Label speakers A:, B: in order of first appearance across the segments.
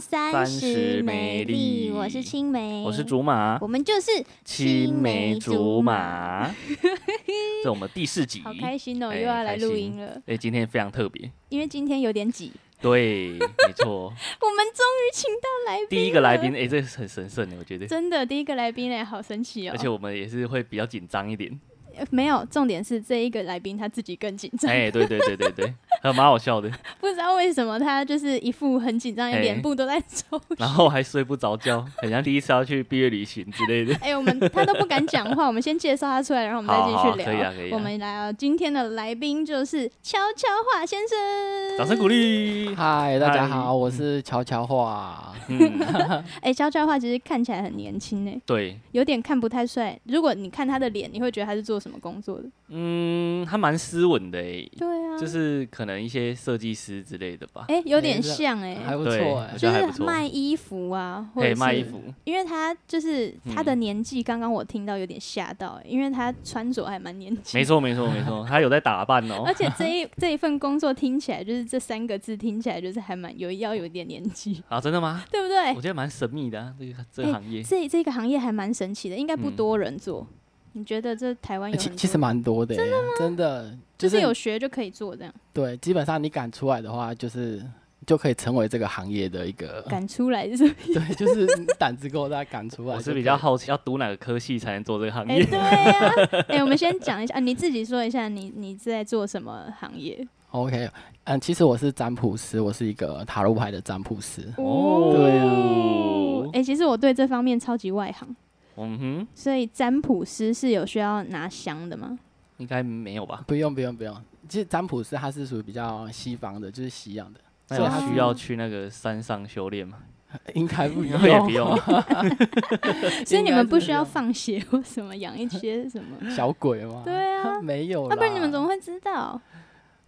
A: 三
B: 三
A: 十美
B: 十美
A: 丽，
B: 丽
A: 我是青梅，
B: 我是，啊竹马，
A: 我们就是
B: 青梅竹
A: 马，
B: 马，这是我们第四集。
A: 好开心哦，
B: 哎
A: 又要来
B: 开心
A: 录音了，
B: 哎，今天非常特别，
A: 因为今天有点挤，
B: 对，没 错，
A: 我们终于请到来宾，
B: 第一个来宾，哎，这很神圣的，我觉得，
A: 真的第一个来宾哎，好神奇哦，
B: 而且我们也是会比较紧张一点。
A: 呃没有，重点是这一个来宾他自己更紧张，
B: 哎，对对对对对，还蛮好笑 的，
A: 不知道为什么他就是一副很紧张，
B: 哎
A: 脸部都在抽。
B: 然后还睡不着觉，很像第一次要去毕业旅行之类的。
A: 哎、我们他都不敢讲话，我们先介绍他出来，然后我们再继
B: 好好
A: 续聊。
B: 可以啊可以啊
A: 我们来啊，今天的来宾就是悄悄话先生。
B: 掌声鼓励。
C: 嗨，大家
B: 嗨
C: 好，我是悄悄话。
B: 嗯，
A: 哎、悄悄话其实看起来很年轻哎、
B: 对，
A: 有点看不太帅。如果你看他的脸，你会觉得他是做什么工作的？
B: 嗯，还蛮斯文的哎，
A: 对啊，
B: 就是可能一些设计师之类的吧。
A: 哎、有点
C: 哎这
A: 像哎、
C: 还不
B: 对
C: 错哎
B: 我、觉
A: 就
B: 得还不
A: 是
B: 错
A: 卖衣服啊，或者
B: 哎，
A: 是
B: 卖衣，服，嗯
A: 因为他就是他的年纪，刚刚我听到有点吓到、哎因为他穿着还蛮年轻。
B: 没错没错没错，他有在打扮 哦
A: 而。且这一这一份工作听起来，就是这三个字听起来就是还蛮有要有一点年纪，
B: 啊，真的吗？
A: 对不对
B: 我？觉得蛮神秘的、啊，这个这
A: 哎
B: 个行业。
A: 这这个行业还蛮神奇的，应该不
B: 嗯
A: 多人做。你觉得这台湾
C: 欸
A: 有
C: 其
A: 很
C: 其实
A: 多
C: 蛮多的、欸，真的吗？真的
A: 就
C: 就是是
A: 有学就可以做这样，
C: 对，基本上你敢出来的话，就是就可以成为这个行业的一个，
A: 敢出来就是
C: 对，就是你胆子够大，敢出来。
B: 我是比较，好奇，要读哪个科系才能做这个行
A: 哎、
B: 业？
A: 对 呀、哎、我们先讲一下，啊、你自己说一下你你在做什么行业
C: OK，嗯，其实我是占卜师，我是一个塔罗牌的占卜师。
B: 哦对啊
A: 哎、其实我对这方面超级外行，
B: 嗯哼，
A: 所以占卜师是有需要拿香的吗？
B: 应该没有吧？
C: 不用，不用，不用。其实占卜师他是属于比较西方的，就是西洋的，
B: 那
C: 所以他
B: 有需要去那个山上修炼吗？
C: 应该 不用，
B: 也不用，啊
A: 所以你们不需要
C: 应该是
A: 放血或什么养一些什 么？
C: 不用小鬼吗？
A: 对啊，
C: 没有啦，
A: 要、不然你们怎么会知道？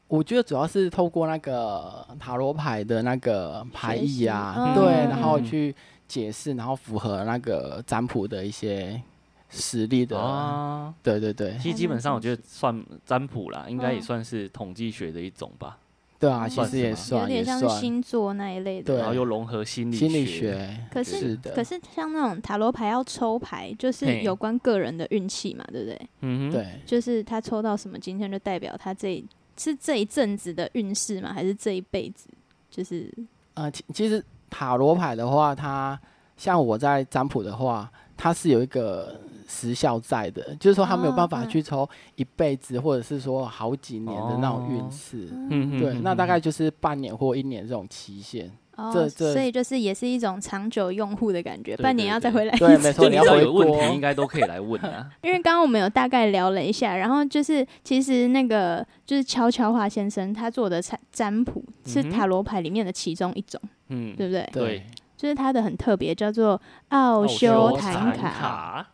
C: 我觉得主要是透过那个塔罗牌的那个牌意啊，
A: 学习嗯
C: 对，
A: 嗯
C: 然后去解释，然后符合那个占卜的一些实力的，
B: 啊。
C: 对对对，
B: 其实基本上我觉得算占卜啦，应该也
A: 嗯
B: 算是统计学的一种吧，
C: 对啊，其
B: 算
C: 实
B: 是
C: 也
B: 吗
A: 有
C: 算也
A: 点像是
C: 算
A: 星座那一类的。
C: 对
B: 然后又融合心理
C: 心理。学，
A: 可
B: 是
C: 是的
A: 可，是像那种塔罗牌要抽牌，就是
B: 嘿
A: 有关个人的运气嘛，对不对？
B: 嗯哼，，
C: 对，
A: 就是他抽到什么，今天就代表他这一是这一阵子的运势吗？还是这一辈子？就是
C: 呃，其其实塔罗牌的话，它像我在占卜的话，它是有一个时效在的，就是说它没有
A: 哦
C: 办法
A: 嗯
C: 去抽一辈子或者是说好几年的那种
B: 哦
C: 运势。
B: 嗯哼，
C: 对，
B: 嗯
C: 那
B: 哼
C: 大概就是半年或一年这种期限。
A: 哦，
C: 这这
A: 所以就是也是一种长久用户的感觉，
B: 对
A: 半年要再 回来一次。
C: 对，没错，
B: 就
C: 你
B: 你
C: 要
B: 只要
C: 回
B: 有问题，
C: 国
B: 应。该都可以来 问啊。
A: 因为刚刚我们有大概聊了一下，然后就是其实那个就是悄悄话先生他做的占占卜是
B: 嗯哼
A: 塔罗牌里面的其中一种，
B: 嗯，
A: 对不对？
B: 对
C: 对
A: 就是它的很特别，叫做奥修
B: 修
A: 坦卡。
B: 卡。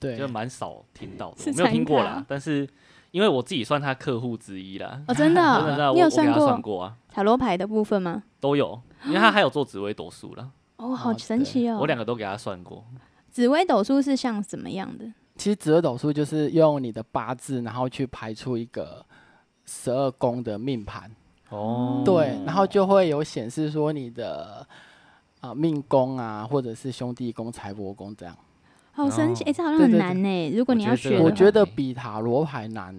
C: 对
B: 就，蛮少听到的，
A: 是
B: 我没有听过
A: 参考
B: 啦。但是因为我自己算他客户之一啦，
A: 哦，真的
B: 真的真
A: 哦，
B: 的，
A: 你
B: 我
A: 有
B: 我给
A: 算
B: 他
A: 过
B: 算过啊，
A: 塔罗牌的部分吗？
B: 都有，因为他还有做紫微斗数啦，
A: 哦，好
C: 哦
A: 神奇哦！
B: 我两个都给他算过。
A: 紫微斗数是像怎么样的？
C: 其实紫微斗数就是用你的八字，然后去排出一个十二宫的命盘，
B: 哦
C: 对，然后就会有显示说你的啊、命宫啊，或者是兄弟宫、财帛宫这样。
A: 好神奇，
B: 哦
A: 哎，这好像
C: 对
A: 很
C: 对
A: 难呢。如果你要学
B: 对
A: 的
C: 我
A: 话，
C: 觉得
B: 对
C: 比塔罗牌难欸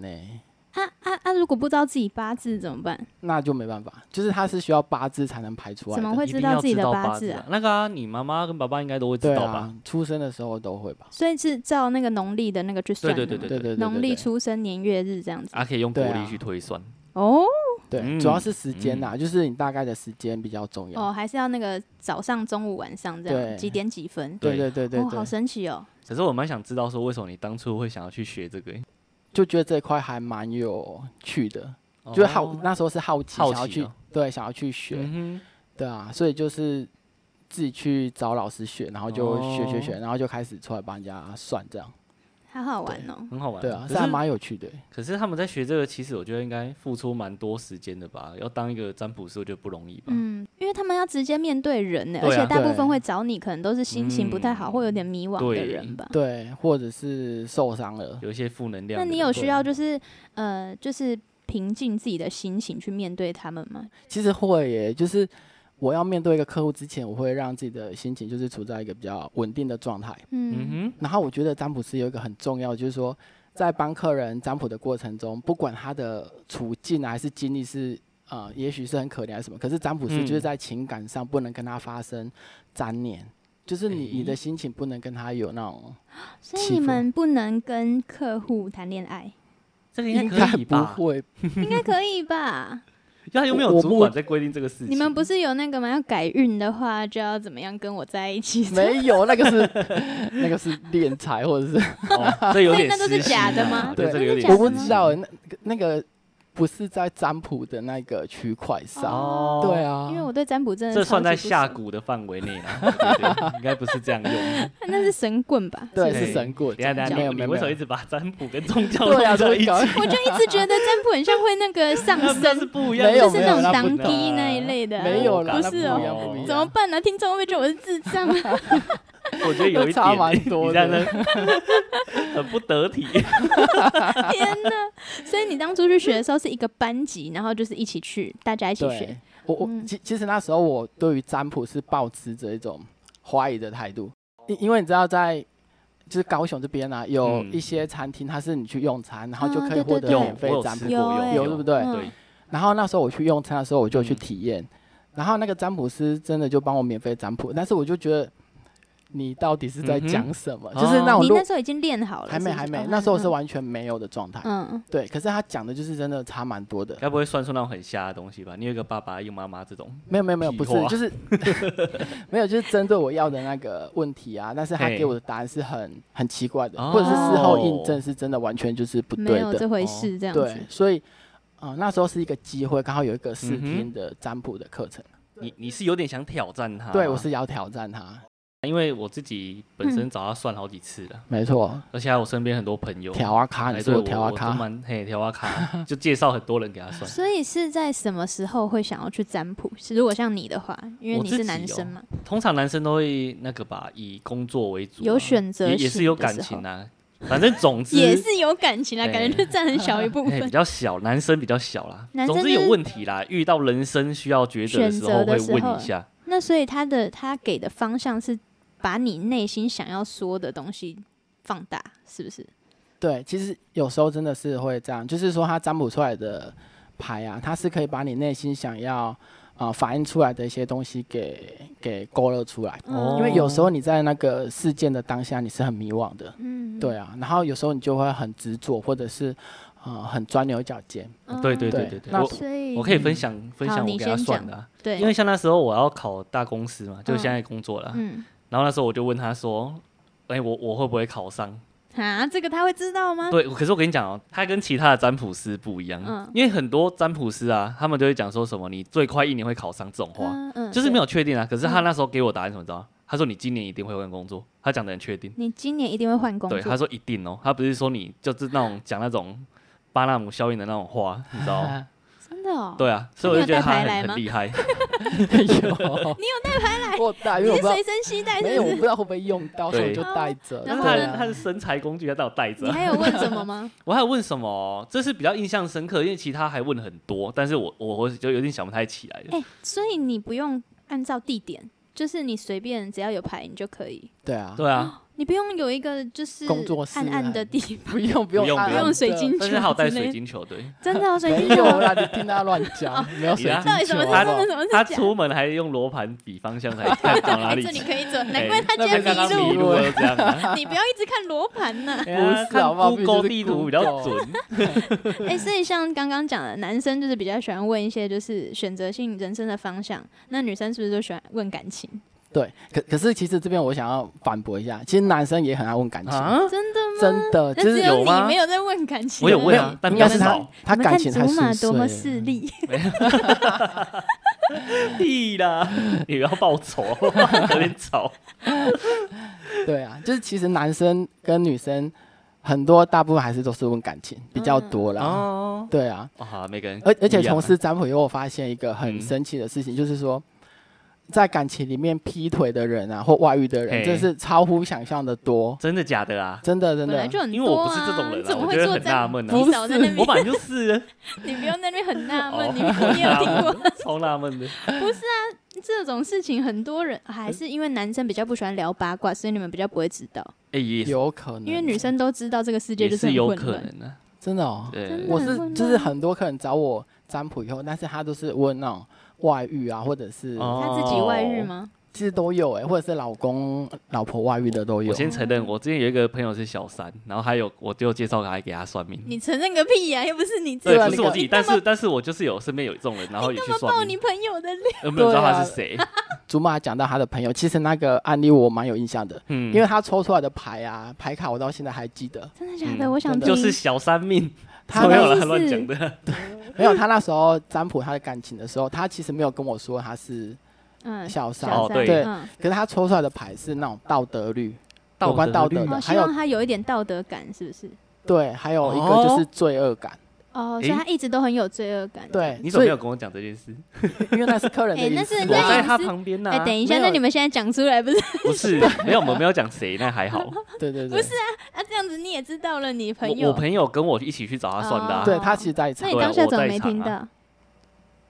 A: 啊
C: 呢、
A: 啊啊！如果不知道自己八字怎么办？
C: 那就没办法，就是它是需要八字才能排出来
A: 怎么
C: 的。
A: 会
B: 一定
A: 道
B: 要
A: 自己的
B: 道
A: 八
B: 字
A: 字
B: 啊
A: 啊？？
B: 那个啊，你妈妈跟爸爸应该都会知
C: 对
B: 道吧？
C: 啊，出生的时候都会吧？
A: 所以是照那个农历的那个去算
B: 对
A: 的
B: 对
A: 吗，
B: 对
C: 对对对，对
A: 农历
C: 对
A: 出生年月日这样子。
B: 啊，可以用国
C: 对
B: 力
C: 啊
B: 去推算。
A: 哦
C: 对，
B: 嗯
C: 主要是时间呐，就是你大概的时间比较重要。
A: 哦，还是要那个早上、中午、晚上这样，
C: 对
A: 几点几分？
C: 对
B: 对
C: 对对对
A: 哦，好
C: 对，
A: 神奇哦！
B: 可是我蛮想知道说，为什么你当初会想要去学这个欸？
C: 就觉得这一块还蛮有趣的，就是好
B: 哦
C: 那时候是好奇，
B: 好
C: 想要
B: 奇
C: 去
B: 哦
C: 对想要去学，
B: 嗯
C: 对啊，所以就是自己去找老师学，然后就
B: 哦
C: 学学学，然后就开始出来帮人家算这样，
A: 好好玩哦。
B: 哼，很好玩。
C: 对啊，
B: 可
C: 是还
B: 是
C: 蛮有趣的。
B: 可是他们在学这个，其实我觉得应该付出蛮多时间的吧？要当一个占卜师，我觉得不容易吧？
A: 嗯，因为他们要直接面对人呢、
B: 对啊
A: 而且大部
C: 对
A: 分会找你，可能都是心情不太好，
B: 嗯
A: 或有点迷惘的
B: 对
A: 人吧。
C: 对，或者是受伤了，
B: 有一些负能量
A: 那
B: 的。啊
A: 你有需
C: 对
A: 要就是呃，就是平静自己的心情去面对他们吗？
C: 其实会耶，就是我要面对一个客户之前，我会让自己的心情就是处在一个比较稳定的状态。
A: 嗯
B: 嗯
C: 然后我觉得占卜师有一个很重要，就是说在帮客人占卜的过程中，不管他的处境啊还是经历是呃，也许是很可怜还是什么，可是占卜师
B: 嗯
C: 就是在情感上不能跟他发生粘连，就是你
B: 诶
C: 你的心情不能跟他有那种
A: 所
C: 气
A: 以你
C: 氛
A: 们不能跟客户谈恋 爱，
B: 哼，这个
C: 应
B: 应
C: 该
B: 该可以
C: 不
B: 吧？
C: 会
A: 应该可以 吧？
B: 他有没
C: 我
B: 有
C: 我
B: 主管在规定这个事情？
A: 你们不是有那个吗？要改运的话，就要怎么样跟我在一起？
C: 没有那个是 那个是敛财或者 是
B: 哦，这有点
A: 那都是
B: 私心
A: 假的
B: 啊
A: 吗
B: 对，
C: 对
B: 这个有点
A: 真的假
C: 我
A: 的
C: 不
A: 吗
C: 知道那那个不是在占卜的那个区块上，
B: 哦
C: 对啊，
A: 因为我对占卜真的
B: 这
A: 超
B: 算
A: 级
B: 在
A: 不
B: 下
A: 熟，
B: 蛊的范围内了，对对对应该不是这样用的。
A: 那是神棍吧？
C: 对
A: 是
B: 对
C: 是神棍，
B: 等一下等一下，
C: 没有
B: 你
C: 没
B: 你
C: 有
B: 为
C: 没
B: 什么一
C: 有，
B: 直把占卜跟宗教
C: 对啊，
B: 弄在
C: 所
B: 一
C: 以
B: 起
C: 搞？
A: 我就一直觉得占卜很像会那个上
B: 那是
A: 身，
B: 不一样的
C: 没有
A: 就
B: 事
A: 是
B: 情，啊
A: 那种
C: 没有那
A: 当
C: 不
A: 地那一类的啊，
C: 没有啦，
A: 不
C: 那
A: 是
C: 一
A: 哦。
C: 样不一样
A: 怎么办呢、听众会不会觉得我是智障啊？
B: 哦我觉得有一
C: 差
B: 点
C: 蛮多
B: 你在
C: 的
B: 那 很不得体。
A: 天哪！所以你当初去学的时候是一个班级，然后就是一起去，大家一起学
C: 对。，我我
A: 嗯
C: 其其实那时候我对于占卜是抱持着一种怀疑的态度，因因为你知道在。就是高雄这边啊，有
B: 嗯
C: 一些餐厅，它是你去用餐，然后
A: 啊
C: 就可以
A: 对
C: 获
A: 对
C: 得
A: 对
C: 免费
B: 有我有
C: 占
B: 吃
C: 卜
B: 过，
A: 有欸
C: 有对不对？
A: 嗯
B: 对，
C: 然后那时候我去用餐的时候，我就去
B: 嗯
C: 体验，然后那个占卜师真的就帮我免费占卜，但是我就觉得你到底是在
B: 嗯哼
C: 讲什么？
B: 哦
C: 就是那种
A: 你
C: 如
A: 那时候已经练好了，
C: 还没
A: 是不是
C: 还没
A: 哦，
C: 那时候是
A: 嗯
C: 完全没有的状态。
A: 嗯，
C: 对，可是他讲的就是真的差蛮多的。
B: 该不会算出那种很瞎的东西吧？你有一个爸爸，一个妈妈这种，
C: 没有没有没有，
B: 屁
C: 不是
B: 话
C: 就是 没有，就是针对我要的那个问题啊。但是他
B: 嘿
C: 给我的答案是很很奇怪的，
B: 哦
C: 或者是事后印证是真的完全就是不
A: 哦没
C: 对
A: 有
C: 的。
A: 这回事，这样子
C: 对，。所以啊、呃那时候是一个机会，刚好有一个四
B: 嗯哼
C: 天的占卜的课程。
B: 你你是有点想挑战他吗？
C: 对，我是要挑战他，
B: 因为我自己本
A: 嗯
B: 身找他算好几次了，
C: 没错。
B: 而且还有我身边很多朋友，
C: 调啊卡，
B: 哎
C: 你
B: 对
C: 说
B: 我
C: 调啊
B: 我都
C: 卡，
B: 蛮嘿调啊卡， 就介绍很多人给他算。
A: 所以是在什么时候会想要去占卜？是如果像你的话，因为
B: 我
A: 你
B: 自
A: 是
B: 己
A: 男
B: 哦
A: 生嘛，
B: 通常男生都会那个吧，以工作为主啊、
A: 有选择
B: 也也是有
A: 性的
B: 感
A: 时候
B: 情啊。反正总 之
A: 也是有感情啦，啊
B: 哎
A: 感觉就占很小一部
B: 哎、比
A: 分。
B: 较小，男生比较小啦。
A: 男生
B: 总之
A: 就是
B: 有问题啦，遇到人生需要抉择的时
A: 选
B: 候
A: 择的
B: 会
A: 时候
B: 问一下。
A: 那所以他的他给的方向是把你内心想要说的东西放大，是不是？
C: 对，其实有时候真的是会这样，就是说他占卜出来的牌啊，它是可以把你内心想要啊、呃反映出来的一些东西给给勾勒出来，
A: 嗯
B: 哦
C: 因为有时候你在那个事件的当下你是很迷惘的，
A: 嗯，
C: 对啊，然后有时候你就会很执着，或者是啊、呃很钻牛角尖，
A: 嗯，
B: 对对
C: 对
B: 对对，
C: 那
B: 我
A: 所以
B: 我可以分享分享
A: 好
B: 我
A: 你
B: 给他
A: 先
B: 算
A: 讲
B: 的、啊，
A: 对，
B: 因为像那时候我要考大公司嘛，就
A: 嗯
B: 现在工作了啊、
A: 嗯
B: 然后那时候我就问他说：“哎、我我会不会考上？”
A: 啊，这个他会知道吗？
B: 对，可是我跟你讲哦，他跟其他的占卜师不一样，
A: 嗯
B: 因为很多占卜师啊，他们都会讲说什么你最快一年会考上这种话，
A: 嗯嗯，
B: 就是没
A: 有。
B: 有确定啊。可是他那时候给我答案什么，你知道吗？他说你今年一定会换工作，他讲的很确定。
A: 你今年一定会换工作，
B: 对，他说一定哦，他不是说你就是那种讲那种巴纳姆效应的那种话，你知道 吗？
A: 真的哦。
B: 对啊，所以我就觉得他
A: 你有带牌来
B: 很
A: 吗
B: 很 厉害。
C: 有，你有带牌来？我带，因为
A: 你是
C: 我不知道
A: 随身携带
C: 没
A: 是
C: 有，
A: 不
C: 我不
A: 是？
C: 知道会不会用到，所以我就
A: 对
C: 带
A: 然
C: 着。
B: 但
A: 后
B: 他
C: 对
B: 的
C: 啊
B: 他的身材工具他倒带着
A: 你
B: 啊。
A: 还有问什么吗？
B: 我还有问什么？哦这是比较印象深刻，因为其他还问了很多，但是我我我就有点想不太起来了。
A: 哎、所以你不用按照地点，就是你随便只要有牌你就可以，
C: 对啊，
B: 对啊，
A: 你不用有一个就是
C: 工作室
A: 暗暗的
C: 还
A: 地方，
C: 不用不
B: 不用
C: 用按
A: 不
C: 按
A: 用
C: 的
A: 水晶
B: 啊但
A: 球
B: 是他有带
A: 之类
B: 水
A: 的，
B: 晶球，对。
A: 真的有水晶
C: 没
A: 球
C: 有
A: 啊。
C: 啦，你听他乱讲，没有水晶球。啊
A: 到底什么是
C: 好
A: 真
C: 不好
A: 的，什么是
B: 他
A: 假
B: 出门还用罗盘比方向才 看到哪
A: 哎
B: 里
A: 这你
B: 去。
A: 可以走，难
B: 哎
A: 怪他今
B: 那
A: 天
B: 刚刚
A: 迷
B: 迷
A: 路。
B: 路了这 样啊。
A: 你不要一直看罗盘呐！
C: 不哎是好不好
B: 看 Google 地图比较准。
A: 哎、所以像刚刚讲的，男生就是比较喜欢问一些就是选择性人生的方向，那女生是不是就喜欢问感情？
C: 对，可可是其实这边我想要反驳一下，其实男生也很爱问感情，
B: 啊，
A: 真的吗？
C: 真
A: 那
C: 的呃就
A: 只
C: 是
B: 有
A: 你
B: 吗
A: 没有在问感情而
B: 我
A: 已，
B: 有问啊，但
C: 应
B: 比
C: 该
B: 较
C: 是他
B: 少。
C: 他
A: 你们
C: 感
A: 看
C: 情太
A: 祖玛
C: 顺
A: 多么
C: 遂
A: 势
C: 了。
A: 利，
B: 屁啦，你不要 报仇，有点吵。
C: 对啊，就是其实男生跟女生很多大部分还是都是问感情比较多啦。
B: 哦，
C: 对啊，
B: 啊，每个人
C: 而而且
B: 不一样
C: 从
B: 啊
C: 事占卜以后，我发现一个很
B: 嗯
C: 神奇的事情，就是说，在感情里面劈腿的人啊，或外遇的人，
B: 嘿
C: 这是超乎想象的多，
B: 真的假的啊？
C: 真的真
A: 本来
C: 的
A: 就。很
B: 因为我
A: 多
B: 不是这种
A: 啊，
B: 人
A: 你
B: 啊
A: 怎么
B: 我
A: 会
B: 觉得
A: 做
B: 很
A: 这
B: 纳
A: 样
B: 闷啊
A: 你少在那
B: 我
A: 边，
B: 本来就是 啊，
A: 你不用在那边很纳
B: 哦
A: 闷，你你也有听过
B: 超纳闷的。
A: 这种事情，很多人还是因为男生比较不喜欢聊八卦，所以你们比较不会知道，
B: 哎，也
C: 有可能，
A: 因为女生都知道这个世界
B: 也
A: 就是
B: 是
A: 很
B: 有
A: 混
B: 可
A: 乱。
B: 能的。
C: 真的哦，
B: 对
A: 真，的
C: 我
A: 很
C: 是
A: 混
C: 就是
A: 乱
C: 很多客人找我占卜以后，但是他都是问那种外遇啊，或者是、
B: 哦
A: 他自己外遇吗？
C: 其实都有哎、或者是老公老婆外遇的都有
B: 我。先承认，我之前有一个朋友是小三，然后还有我就介绍他给他算命。
A: 你承认个屁呀、又不是你自
B: 对
A: 己，，
C: 啊
B: 不是我自己，
A: 你干
B: 但
A: 嘛
B: 是但是我就是有身边有这种人，然后也去
A: 爆
B: 算
A: 你
B: 命，
A: 朋友的料，
B: 有没有知道
C: 对
B: 他
C: 啊
B: 是谁？
C: 竹马讲到他的朋友，其实那个案例我蛮有印象的，
B: 嗯
C: 因为他抽出来的牌啊牌卡我到现在还记得。
A: 真的假的？我想
C: 真的
A: 听。
B: 嗯就是小 三命，
C: 他
B: 没有
A: 那
B: 啦
A: 是
B: 乱讲 的。
C: 没有他那时候占卜他的感情的时候，他其实没有跟我说他是，
A: 嗯，
C: 小三
B: 哦对
C: 对
A: 嗯
C: 可是他抽出来的牌是那种道德律，有关道
B: 道
C: 德
B: 律
C: 的
A: 哦，
C: 还
A: 希
C: 有
A: 望他有一点道德感，是不是？
C: 对，还
B: 哦
C: 有一个就是罪恶感，
A: 哦，
B: 诶
A: 所以他一直都很有罪恶感。
C: 对，
B: 你怎么没
C: 所
B: 有跟我讲这件事？
C: 以因为那是客人 的
A: 哎那是
C: 隐私
A: 人
B: 我
A: 家
C: 啊
A: 隐
B: 在他
A: 私
B: 旁边呢
A: 哎，，等一下，
C: 没有
A: 那你们现在讲出来不是？
B: 不 是没有，我们没有讲谁，那还好。
C: 对对
A: 不
C: 对
A: 是，啊，这样子你也知道了，你朋
B: 我
A: 友。哦
B: 我朋友跟我一起去找他算的啊。
C: 对他其实在
A: 那
C: 场
A: 你
B: 对
A: 当下
B: 我
A: 怎么
B: 在
A: 没
B: 场
A: 听
B: 啊
A: 到？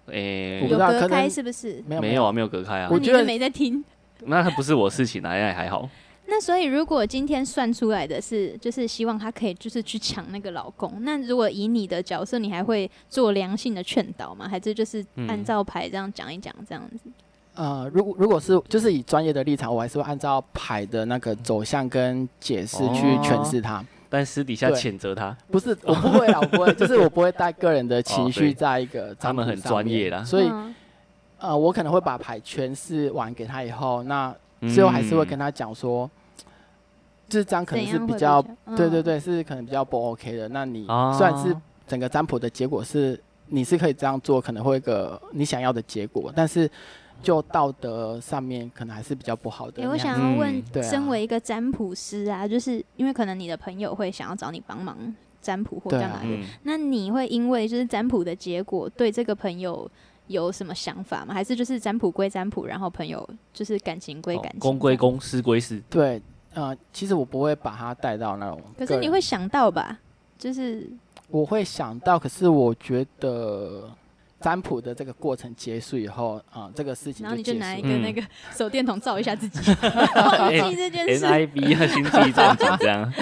B: 诶
C: 我不
A: 有
C: 知道
A: 隔
C: 可能
A: 开是不是？
C: 没有
B: 没有啊，没有隔开啊
A: 那
C: 我。
A: 你
C: 觉得
A: 是没在听。
B: 那他不是我事情啊，那也还好。
A: 那所以，如果今天算出来的是，就是希望他可以就是去抢那个老公，那如果以你的角色，你还会做良性的劝导吗？还是就是按
B: 嗯
A: 照牌这样讲一讲这样子？
C: 呃，如果如果是就是以专业的立场，我还是会按照牌的那个走向跟解释去诠
B: 哦
C: 释它。
B: 但私底下
C: 对
B: 谴责他，
C: 不是，我不会啦，我不会，就是我不会带个人的情
B: 哦
C: 绪
B: 对
C: 在一个
B: 他
C: 占卜
B: 们很
C: 上面
B: 专业啦
C: 所以
A: 嗯
C: 呃，我可能会把牌诠释完给他以后，那最后还是会跟
B: 他
C: 他讲说，这张可能
A: 怎
C: 是
A: 样会
C: 比较，
A: 嗯
C: 对对对，是可能比较不 OK 的。那你
B: 啊
C: 虽然是整个占卜的结果是你是可以这样做，可能会有一个你想要的结果，但是就道德上面可能还是比较不好
A: 诶
C: 的那样。
A: 我想要问
B: 嗯，
C: 对啊
A: 身为一个占卜师啊，就是因为可能你的朋友会想要找你帮忙占卜或
C: 对
A: 干
C: 啊
A: 嘛的，
B: 嗯，
A: 那你会因为就是占卜的结果对这个朋友有什么想法吗？还是就是占卜归占卜，然后朋友就是感情归
B: 好
A: 感情，
B: 哦公归。公，私归私。
C: 对，呃，其实我不会把它带到那种个
A: 可是
C: 人，
A: 你会想到吧？就是
C: 我会想到，可是我觉得占卜的这个过程结束以后，啊、这个事情
A: 然后你就
C: 结
A: 拿一
C: 束
A: 个
C: 了
B: 嗯
A: 那个手电筒照一下自己， 忘记这件
B: N
A: 事。
B: I B 啊，星际战警这 样，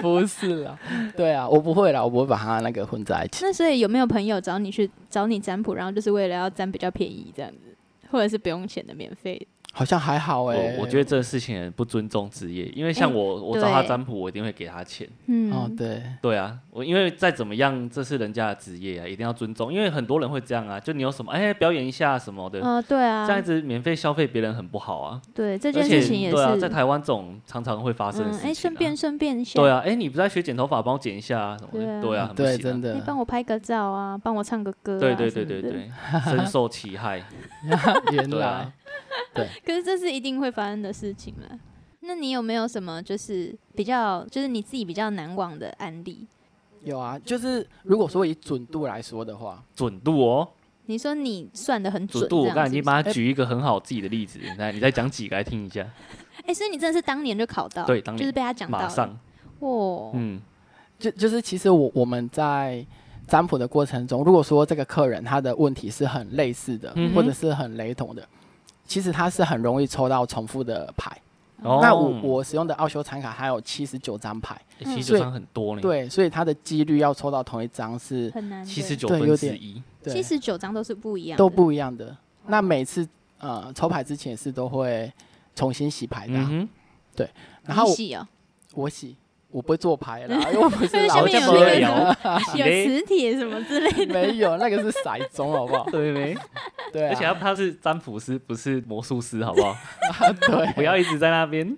C: 不是啦， 对啊，我不会啦，我不会把它那个混在一起。
A: 那所以有没有朋友找你去找你占卜，然后就是为了要占比较便宜这样子，或者是不用钱的免费？
C: 好像还好哎、
B: 我我觉得这个事情很不尊重职业，因为像
A: 哎
B: 我，我找他
A: 对
B: 占卜，我一定会给他钱。
A: 嗯，
C: 哦，对，
B: 对啊，我因为再怎么样，这是人家的职业啊，一定要尊重。因为很多人会这样啊，就你有什么哎、表演一下什么的，
A: 哦对啊，
B: 这样子免费消费别人很不好啊。
A: 对这
B: 这
A: 件事情也是，
B: 对啊，在台湾这种常常会发生的
A: 嗯
B: 事，情、
A: 哎，
B: 啊。
A: 顺便顺便一下，
B: 对啊，哎、你不是在学剪头发，帮我剪一下啊什么的，
A: 对
B: 对
A: 啊
B: 啊，很不
C: 对，
B: 行啊
C: 真
A: 你
C: 的，
A: 帮我拍个照啊，帮我唱个歌、啊。
B: 对对对
A: 什么
B: 对
A: 的。
B: 对，深受其 害。啊
C: 原
B: 对
C: 来
B: 啊，
A: 可是这是一定会发生的事情了。那你有没有什么就是比较，就是你自己比较难忘的案例？
C: 有啊，就是如果说以准度来说的话，
B: 准度哦，
A: 你说你算的很准
B: 准
A: 这样
B: 度，我
A: 是不是，
B: 刚才已经
A: 哎、
B: 帮他举一个很好自己的例子，来， 你再讲几个来听一下。
A: 哎所以你真的是当年就考到，
B: 对当年
A: 就是被他讲到
B: 马
A: 了，
B: 上，
A: 哇，
B: 嗯，
C: 就就是其实我我们在占卜的过程中，如果说这个客人他的问题是很类似的，
B: 嗯哼
C: 或者是很雷同的，其实他是很容易抽到重复的牌。
B: 哦
C: 那我我使用的奥修产卡还有七十九张牌，
B: 欸其实
C: 所
B: 就
C: 以
B: 差很多呢。，
C: 对，所以他的几率要抽到同一张是
A: 很难的。
B: 七十九
C: 对
B: 分
C: 有
B: 之
C: 点
B: 一。
C: 对
A: 七十九张都是不一样的，
C: 都不一样的。那每次呃抽牌之前也是都会重新洗牌的啊、
B: 嗯
C: 然后
A: 你
C: 我
A: 洗哦，
C: 我洗，我不会做牌啦， 因为我不
A: 因
C: 是
A: 为
C: 老
A: 下面
B: 这
C: 师
A: 有那
B: 样
A: 个
B: 哼，
A: 有磁铁什么之类的。
C: 没有，那个是骰盅，好不好？
B: 对没？
C: 对、啊，
B: 而且他他是占卜师，不是魔术师，好不 好？
C: 对啊
B: 不要一直在那边，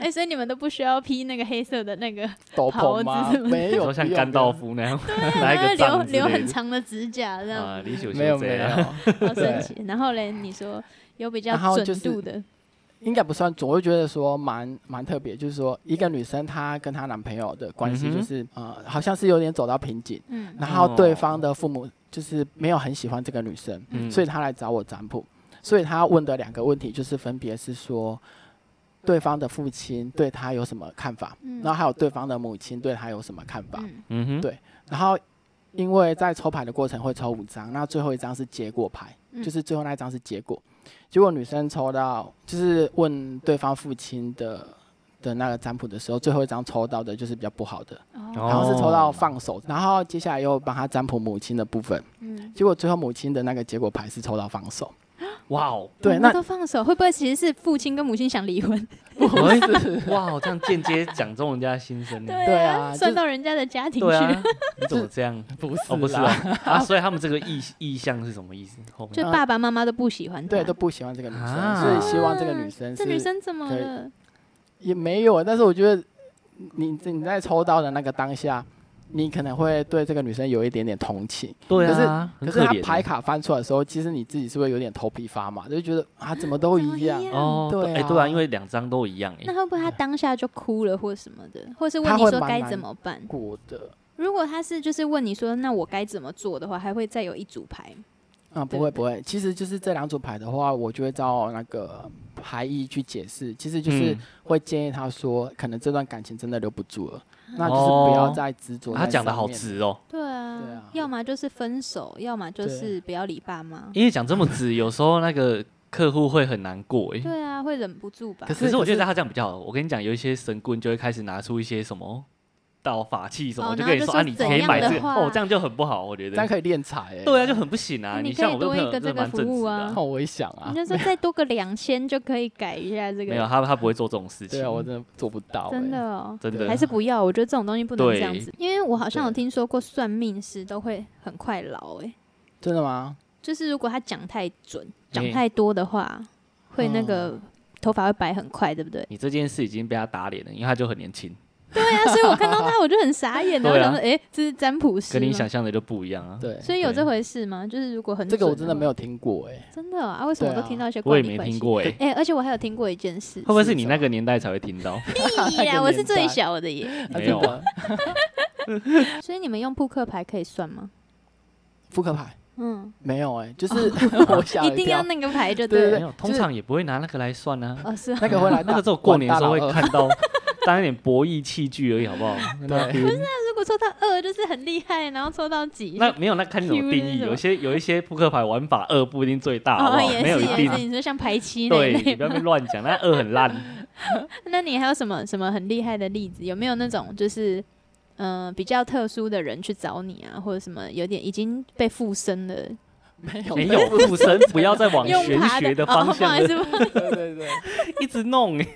A: 哎、所以你们都不需要披那个黑色的那个，
C: 斗篷
A: 袍
C: 吗
A: 子？
C: 没
B: 你
C: 有，
B: 说像
C: 不用
B: 甘道夫那样 拿一
A: 然后
B: 个
A: 留
B: 杖之
A: 留
B: 类
A: 很
B: 的
A: 长的指甲这样。
B: 啊，李
C: 不
B: 九
C: 用没有
B: 秀这
C: 没
B: 样。
C: 有，
A: 好神
C: 对
A: 奇。然后嘞，你说有比较
C: 然后
A: 准
C: 就是
A: 度的，
C: 应该不算准。我就觉得说蛮蛮特别，就是说一个女生她跟她男朋友的关系
B: 嗯哼
C: 就是、呃，好像是有点走到瓶颈，
A: 嗯，
C: 然后
B: 哦
C: 对方的父母就是没有很喜欢这个女生，
B: 嗯
C: 所以她来找我占卜。所以他问的两个问题就是分别是说，对方的父亲对他有什么看法，
A: 嗯
C: 然后还有对方的母亲对他有什么看法。
A: 嗯
B: 嗯哼，
C: 对然后因为在抽牌的过程会抽五张，那最后一张是结果牌，
A: 嗯
C: 就是最后那一张是结果。结果女生抽到就是问对方父亲的的那个占卜的时候，最后一张抽到的就是比较不好的，
A: 哦
B: 哦
C: 然后是抽到放手，然后接下来又帮他占卜母亲的部分，
A: 嗯，
C: 结果最后母亲的那个结果牌是抽到放手。
B: 哇 哦，
C: 对，
A: 哦
C: 那
A: 都放手，会不会其实是父亲跟母亲想离 婚？
B: 喂哇哦，这样间接讲中人家的心声呢。
C: 对 啊
A: 算
C: 就
A: 到人家的家庭
B: 对
A: 去
B: 啊，， 你怎么这样？
C: 不
B: 哦，不是
C: 啦
B: 啊，啊，所以他们这个意意向是什么意思？后 面
A: 就爸爸妈妈都不喜欢他
C: 对，都不喜欢这个女生，
B: 啊
C: 所以希望这个女生
A: 这女
C: 是
A: 生怎么
C: 可以
A: 了？
C: 也没有，但是我觉得你你在抽到的那个当下，你可能会对这个女生有一点点同情。
B: 对
C: 可是
B: 啊，很
C: 可是
B: 可
C: 他
B: 怜
C: 牌卡翻出来的时候，其实你自己是会有点头皮发麻，就觉得啊，怎么都
A: 嗯怎么
C: 一样。
B: 哦，
C: 对
B: 哎
C: 啊
B: 对啊，因为两张都一样哎
A: 那，会不会他当下就哭了或什么的，或是问
C: 他
A: 你
C: 会
A: 说
C: 蛮
A: 该
C: 难
A: 怎么办？
C: 过的
A: 如果他是就是问你说那我该怎么做的话，还会再有一组牌。
C: 啊，不会不会，其实就是这两组牌的话，我就会照那个牌意去解释，其实就是
B: 嗯
C: 会建议他说，可能这段感情真的留不住了，那就是不要
B: 哦
C: 再执着在上
B: 他
C: 面。
B: 讲的好直哦，
A: 对啊，
C: 对啊
A: 要么就是分手，要么就是不要理爸妈。
B: 因为讲这么直，有时候那个客户会很难过哎。
A: 对啊，会忍不住吧
C: 可？
B: 可是我觉
C: 可
B: 得他这样比较好，我跟你讲，有一些神棍就会开始拿出一些什么。道法器什
A: 哦
B: 么，就
A: 然后
B: 跟你
A: 就
B: 说
A: 说
B: 啊，你
A: 怎
B: 可以
A: 样
B: 买
A: 的
B: 这个
A: 话
B: 哦，这样就很不好，我觉
C: 这样
B: 得。
C: 可以练财、欸。
B: 对啊，就很不行啊！
A: 你可以
B: 像我这
A: 多
B: 朋
A: 一
B: 友
A: 个
B: 真的
A: 这个
B: 蛮
A: 服
B: 正直
A: 务
B: 的
A: 啊
B: 啊
C: 那，我一想啊
A: 你，就说再多个两千就可以改一下这
B: 没有啊
A: 个，
B: 他，他不会做这种事情
C: 对啊，，我真的做不到、欸。
A: 真的哦。
B: 真的
A: 还是不要，我觉得这种东西不能
B: 对
A: 这样子，因为我好像有
C: 对
A: 听说过算命师都会很快老、欸，
C: 真的吗？
A: 就是如果他讲太准、讲
B: 嗯
A: 太多的话，会那
B: 哦
A: 个头发会白很快，对不对？
B: 你这件事已经被他打脸了，因为他就很年轻，
A: 对啊，所以我看到他我就很傻眼，然后
B: 对啊
A: 想说，哎、这是占卜师
B: 跟你
A: 吗？
B: 想象的就不一样啊。
C: 对，
A: 所以有
B: 对
A: 这回事吗？就是如果很
C: 这个
A: 准
C: 我真的没
A: 话
C: 有听过哎、
A: 真的啊，啊为什么我
C: 对
A: 都
C: 啊
A: 听到一些
B: 我
A: 怪
B: 也
A: 里
B: 没
A: 怪
B: 听
A: 气？
B: 过哎，
A: 哎、而且我还有听过一件事啊
B: 会，不会是
C: 是
B: 你
C: 什
B: 那
C: 么
B: 个年代才会听到？
A: 屁
C: 那
A: 啦，
C: 个
A: 我是最
C: 年代
A: 小的耶。
C: 啊
B: 没有
C: 真的
A: 所以你们用扑克牌可以算吗？
C: 扑克牌
A: 嗯，
C: 没有哎、就是 我想
A: 哦一定要那个牌就
C: 对
B: 没
A: 对了。
B: 有，通常也不会拿那个来算啊。
A: 哦， 是啊
C: 那个会来
B: 那
C: 打，
B: 个只有过
C: 玩
B: 年
C: 大
B: 的时候
C: 老
B: 会
C: 二
B: 看到，当一点博弈器具而已，好不好？那
C: 对
A: 如果抽到二就是很厉害，然后抽到几？哦
B: 那没有，那看你怎么定义。有些有一些扑克牌玩法二不一定最大，好不
A: 哦，
B: 好？
A: 也
B: 没有
A: 是
B: 一
A: 也是，
B: 定。
A: 你说像排七那一
B: 对，你
A: 类
B: 不要
A: 吗
B: 被乱讲，那二很烂。
A: 那你还有什么什么很厉害的例子？有没有那种就是嗯、呃比较特殊的人去找你啊，或者什么有点已经被附身了，
C: 没有
B: 没有附身，不要再往
A: 用
B: 玄
A: 爬
B: 学
A: 的
B: 的方
A: 哦，不
B: 向
A: 好意思，不好意思
C: 对对对，
B: 一直弄。 欸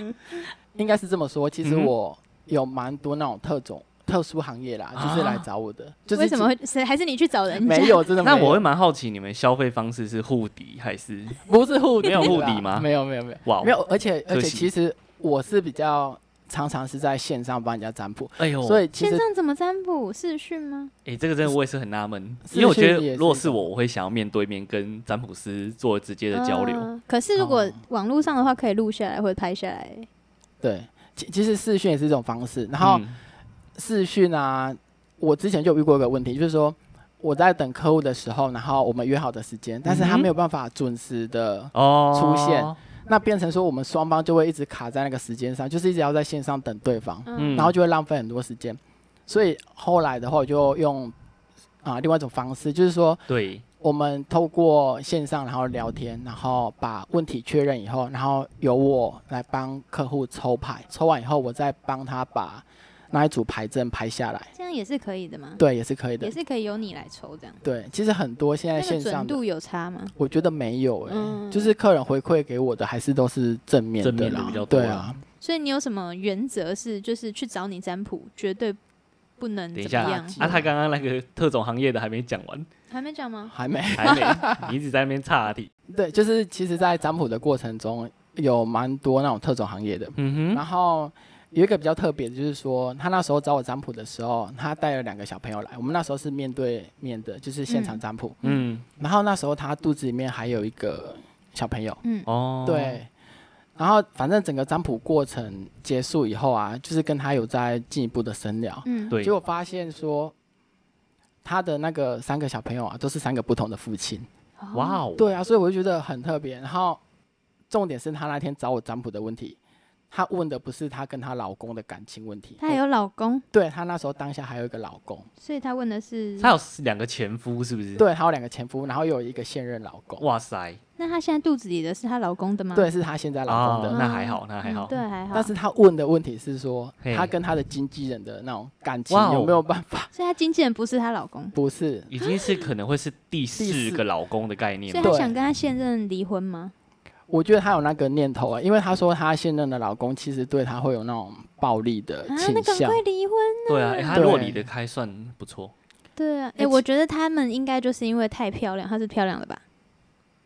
C: 应该是这么说。其实
B: 嗯哼
C: 我有蛮多那种特种特殊行业啦，
B: 啊
C: 就是来找我的，就是
A: 为什么会是还是你去找人
C: 其
A: 家？
C: 没有真的没
B: 那
C: 有？
B: 我会蛮好奇，你们消费方式是互抵还是
C: 不是护
B: 没有护
C: 啦
B: 理吗
C: 没有没有没有
B: 哇？
C: 没有，而且而
B: 可
C: 且
B: 惜
C: 其实我是比较常常是在线上帮人家占卜，
B: 哎呦，
C: 所以其
A: 线
C: 实
A: 上怎么占卜？视讯吗？
B: 哎、这个真的我也是很纳闷，
C: 私
B: 因为我觉
C: 讯也
B: 得
C: 是
B: 如果
C: 一
B: 是我，我会想要面对面跟占卜师做直接的交流。
A: 呃可是如果
C: 哦
A: 网络上的话，可以录下来或者拍下来。
C: 对，其其实视讯也是一种方式，然后。
B: 嗯
C: 视讯啊，我之前就有遇过一个问题，就是说我在等客户的时候，然后我们约好的时间，但是
B: 嗯
C: 他
B: 哼
C: 没有办法准时的，
B: 哦
C: 出现，那变成说我们双方就会一直卡在那个时间上，就是一直要在线上等对方，
A: 嗯，
C: 然后就会浪费很多时间。所以后来的话，我就用啊、另外一种方式，就是说
B: 对，
C: 我们透过线上然后聊天，然后把问题确认以后，然后由我来帮客户抽牌，抽完以后我再帮他把那一组牌阵拍下来。
A: 这样也是可以的吗？，
C: 对，也是可以的
A: 也。是可以由你来抽这样。
C: 对，其实很多现在
A: 那
C: 线
A: 个
C: 上
A: 准
C: 的，
A: 度有差吗？
C: 我觉得没有哎、
A: 嗯
C: 就是客人回馈给我的还是都是正面
B: 正面的
C: 啦
B: 比较多
C: 对啊，
A: 所以你有什么原则是，就是去找你占卜绝对不能
B: 等
A: 嗯
B: 一
A: 怎
B: 下
A: 么
B: 啊
A: 样？，
B: 啊他刚刚那个特种行业的还没讲完，
A: 还没讲吗？
C: 啊还没
B: 还没，你一直在那边岔题。
C: 对，就是其实，在占卜的过程中有蛮多那种特种行业的，
B: 嗯哼，
C: 然后。有一个比较特别的，就是说他那时候找我占卜的时候，他带了两个小朋友来。我们那时候是面对面的，就是现场
A: 嗯
C: 占卜。
B: 嗯，
C: 然后那时候他肚子里面还有一个小朋友，
A: 嗯，
B: 哦，，
C: 对，然后反正整个占卜过程结束以后啊，就是跟他有在进一步的深聊，
A: 嗯，
B: 对
C: 结，果发现说他的那个三个小朋友啊，都是三个不同的父亲，
B: 哇哦，
C: 对啊，所以我就觉得很特别。然后重点是他那天找我占卜的问题，他问的不是他跟她老公的感情问题，哦
A: 她有老公，
C: 对她那时候当下还有一个老公，
A: 所以她问的是，
B: 他有两个前夫是不是？，
C: 对，还有两个前夫，然后又有一个现任老公，
B: 哇塞，
A: 那她现在肚子里的是她老公
B: 嗯
A: 的吗？
C: 对，是她现在老公
B: 哦
C: 的。，
B: 那还好，那还好
A: 嗯，对，还好。
C: 但是他问的问题是说，
B: 嘿
C: 他跟他的经纪人的那种感情
B: 哇哦
C: 有没有办法？
A: 所以她经纪人不是她老公，
C: 不是，
B: 已经是可能会是第
C: 第
B: 四
C: 四
B: 个老公的概念
A: 所以
B: 吧
A: 她
C: 对
A: 想跟她现任离婚吗？
C: 我觉得他有那个念头啊，因为他说他现任的老公其实对他会有那种暴力的
A: 啊，
C: 呃倾
A: 那赶
C: 向
A: 快。离婚。
B: 对啊，诶他如果
C: 对
B: 离得开算不错，
A: 对啊，哎、
C: 而且
A: 我觉得他们应该就是因为太漂亮，她是漂亮的吧？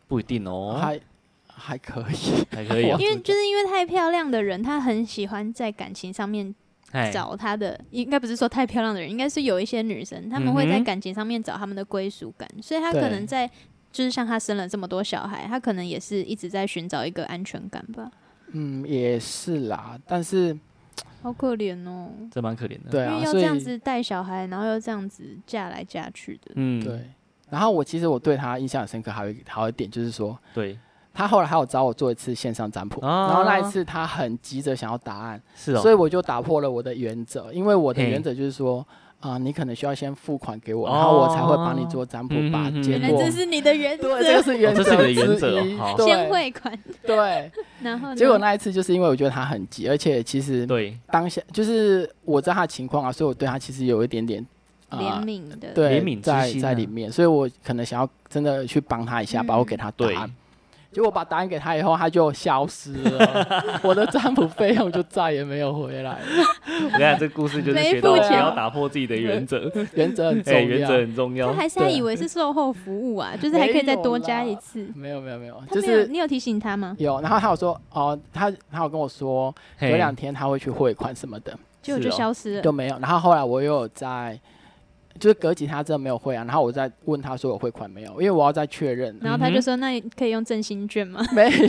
B: 不一定哦，
C: 还还可以，
B: 还可以啊
C: 我，
A: 因为就是因为太漂亮的人，她很喜欢在感情上面
B: 哎，
A: 找她的，应该不是说太漂亮的人，应该是有一些女生，她们会
B: 嗯
A: 在
B: 哼
A: 感情上面找她们的归属感，所以她
C: 对
A: 可能在。就是像她生了这么多小孩，她可能也是一直在寻找一个安全感吧，
C: 嗯，也是啦。但
B: 嗯
C: 是，
A: 好可怜哦。
B: 这蛮可怜的。，
C: 对
A: 因为
C: 啊，
A: 要
C: 所
A: 这
C: 以
A: 样子带小孩，然后又这样子嫁来嫁去的，
B: 嗯，
C: 对。然后我其实我对他印象很深刻，还有一还有一点就是说，
B: 对，
C: 他后来还有找我做一次线上占卜，
B: 啊
C: 然后那一次他很急着想要答案，
B: 是哦，
C: 所以我就打破了我的原则，因为我的
B: 嘿
C: 原则就是说，啊、你可能需要先付款给我，
B: 哦
C: 然后我才会帮你做占卜，
B: 嗯
C: 把
B: 嗯嗯
C: 结
A: 原来
C: 果。
A: 哎这是你的原则，
C: 对，这个是原则
B: 这是你的
C: 之
B: 原则哦
C: 一
B: 好
A: 先嗯
C: 对
A: 汇款，
C: 对，
A: 然后呢
C: 结果那一次就是因为我觉得他很急，而且其实
B: 对，
C: 当下就是我知道他的情况啊，所以我对他其实有一点点啊、
A: 怜悯的，
C: 对，
B: 怜悯之
C: 在
B: 心啊
C: 在里面，所以我可能想要真的去帮他一下，
A: 嗯
C: 把我给他答
B: 对
C: 案。结果把答案给他以后，他就消失 了，我的占卜费用就再也没有回来了。
B: 我跟你讲，这故事就是
A: 没
B: 学到
A: 付
B: 不
A: 钱
B: 要打破自己的原则，
C: 原则很重
B: 哎，
C: 要，
B: 原则很重
A: 他
B: 要。
A: 还是他
C: 哦对
A: 以为是售后服务啊，就是还可以再多加一次。
C: 没有没有没有，
A: 他
C: 就
A: 没有，
C: 是
A: 你有提醒他吗？
C: 有。然后他有说哦，他他有跟我说
B: 嘿
C: 有两天他会去汇款什么的，
A: 结果
B: 是
A: 就
B: 哦
A: 消失了。
C: 就没有。然后后来我又有在，就是隔几天他真的没有汇啊，然后我再问他说有汇款没有，因为我要再确认。啊
A: 然后他就说：“那可以用振兴券吗
C: 没有，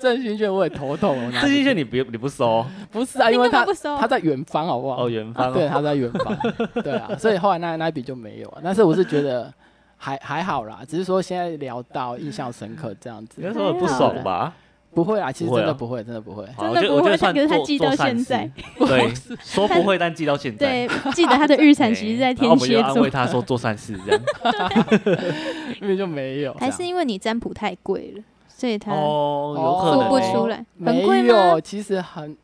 C: 郑勋券我也头痛了。
B: 这些券你不你不收？
C: 不是？” 啊，
A: 你
C: 因为
A: 干嘛
C: 他
A: 不收
C: 他在远方，好不好？
B: 哦，元芳
C: 啊对，
B: 哦，
C: 他在远方，对 啊，所以后来那那一笔就没有啊。但是我是觉得还还好啦，只是说现在聊到印象深刻这样
B: 你那
C: 子，
B: 时候很不爽吧？
C: 不会啊，其实
B: 不会啊
C: 真的不会，真的不会。
B: 好
A: 真的
B: 我觉得我
A: 不会
B: 觉得
A: 但
B: 算
A: 可是他
B: 做
A: 记
B: 做
A: 到
B: 善
A: 现
B: 事
A: 在
B: 对，说不会，但记到现？”在。
A: 对， 记得他的预产期是在
B: 哎
A: 天蝎
B: 然后我们就安
A: 座
B: 慰，他说做善事这样。
C: 因为就没有，
A: 还是因为你占卜太贵了，所以 他
B: 哦，有
A: 付
B: 可能
A: 不
B: 欸
A: 出来，很贵
C: 没
A: 吗
C: 有，？其实很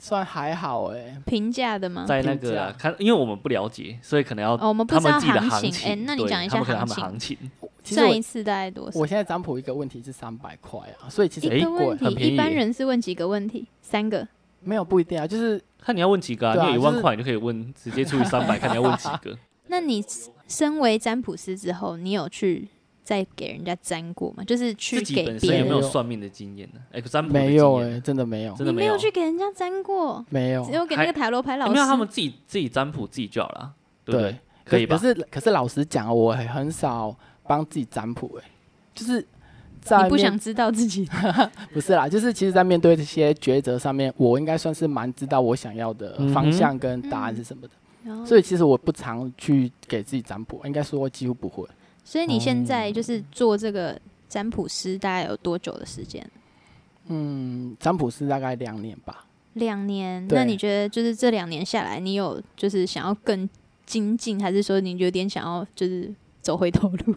C: 算还好哎、
A: 平价的吗？
B: 在那个
C: 嗯
B: 啊看，因为我们不了解，所以可能要
A: 哦，我们不
B: 他
A: 知道
B: 们自己的
A: 行。哎，
B: 情。
A: 那你
B: 对
A: 讲一
B: 他
A: 下
B: 们可能他们
A: 情，
B: 行情
C: 其实
A: 算一
C: 我
A: 次大概多少
C: 我？现在占卜一个问题是三百块啊，所以其实
A: 一
B: 哎
A: 个问
B: 很
A: 题，
B: 便宜
A: 一般
B: 耶
A: 人是问几个问题？三个。
C: 没有不一定啊，就是
B: 看你要问几个啊？
C: 对啊
B: 你有一万
C: 就是
B: 块，你就可以问，直接除以三百，看你要问几个。
A: 那你身为占卜师之后，你有去再给人家占过吗？就是去
B: 自己
A: 给
B: 本
A: 别
B: 身
A: 人，
B: 有没
C: 没
B: 有
C: 有
B: 算命的经验呢？哎，占卜的
C: 没有
B: 经
C: 哎、
B: 验
C: 真的没有，
B: 真
A: 你
B: 的
A: 没
B: 有
A: 有去给人家占过，
C: 没有
A: 只，有给那个塔罗牌老
B: 哎
A: 师。
B: 没有他们自己自己占卜自己就好了啊，对不对？
C: 可
B: 可以吧
C: 可？是可是老实讲啊，我很少帮自己占卜哎、就是在
A: 你不
C: 面
A: 想知道自 己
C: 不是啦，就是其实，在面对这些抉择上面，我应该算是蛮知道我想要的
B: 嗯哼
C: 方向跟答案是什么的，
A: 哦，
C: 所以其实我不常去给自己占卜，应该说几乎不会。
A: 所以你现
B: 嗯
A: 在就是做这个占卜师，大概有多久的时间？
C: 嗯，占卜师大概两年吧。
A: 两年。
C: 对
A: 那你觉得就是这两年下来，你有就是想要更精进，还是说你有点想要就是走回头路？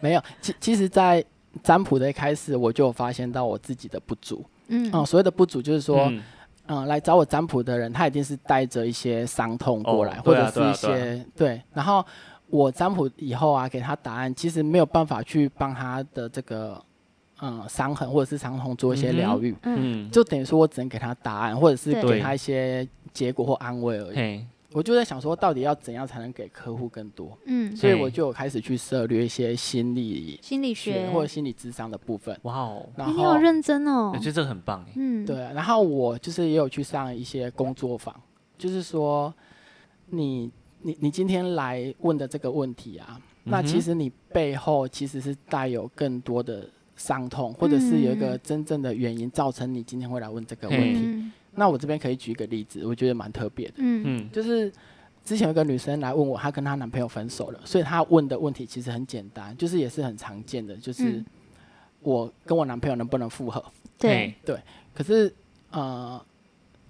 C: 没有，其其实，在占卜的一开始，我就有发现到我自己的不足。
A: 嗯，
C: 嗯，所谓的不足就是说，
B: 嗯
C: 嗯、来找我占卜的人，他一定是带着一些伤痛过来，
B: 哦
C: 或
B: 对啊
C: 者是
B: 对
C: 一
B: 啊
C: 些对。然后我占卜以后啊，给他答案，其实没有办法去帮他的这个嗯伤痕或者是伤痛做一些疗愈，
A: 嗯，
B: 嗯，
C: 就等于说我只能给他答案，或者是
A: 对
C: 给他一些结果或安慰
A: 嗯
C: 而已。
B: 嘿，
C: 我就在想说，到底要怎样才能给客户更多？
A: 嗯，
C: 所以
B: 嘿
C: 我就有开始去涉略一些心理
A: 心理
C: 学
A: 学，
C: 或者心理智商的部分。
B: 哇哦，
C: 然
A: 哎你好
C: 后
A: 认真哦
B: 我觉。得这个很棒哎。
A: 嗯，
C: 对，然后我就是也有去上一些工作坊，就是说你你你今天来问的这个问题啊，那
B: 嗯哼
C: 其实你背后其实是带有更多的伤痛，或者是有一个
A: 嗯
C: 真正的原因造成你今天会来问这个问
B: 嘿
C: 题。
A: 嗯
C: 那我这边可以举一个例子，我觉得蛮特别的，
A: 嗯
B: 嗯，
C: 就是之前有一个女生来问我，她跟她男朋友分手了，所以她问的问题其实很简单，就是也是很常见的，就是
A: 嗯
C: 我跟我男朋友能不能复合？
A: 对，
C: 可是呃，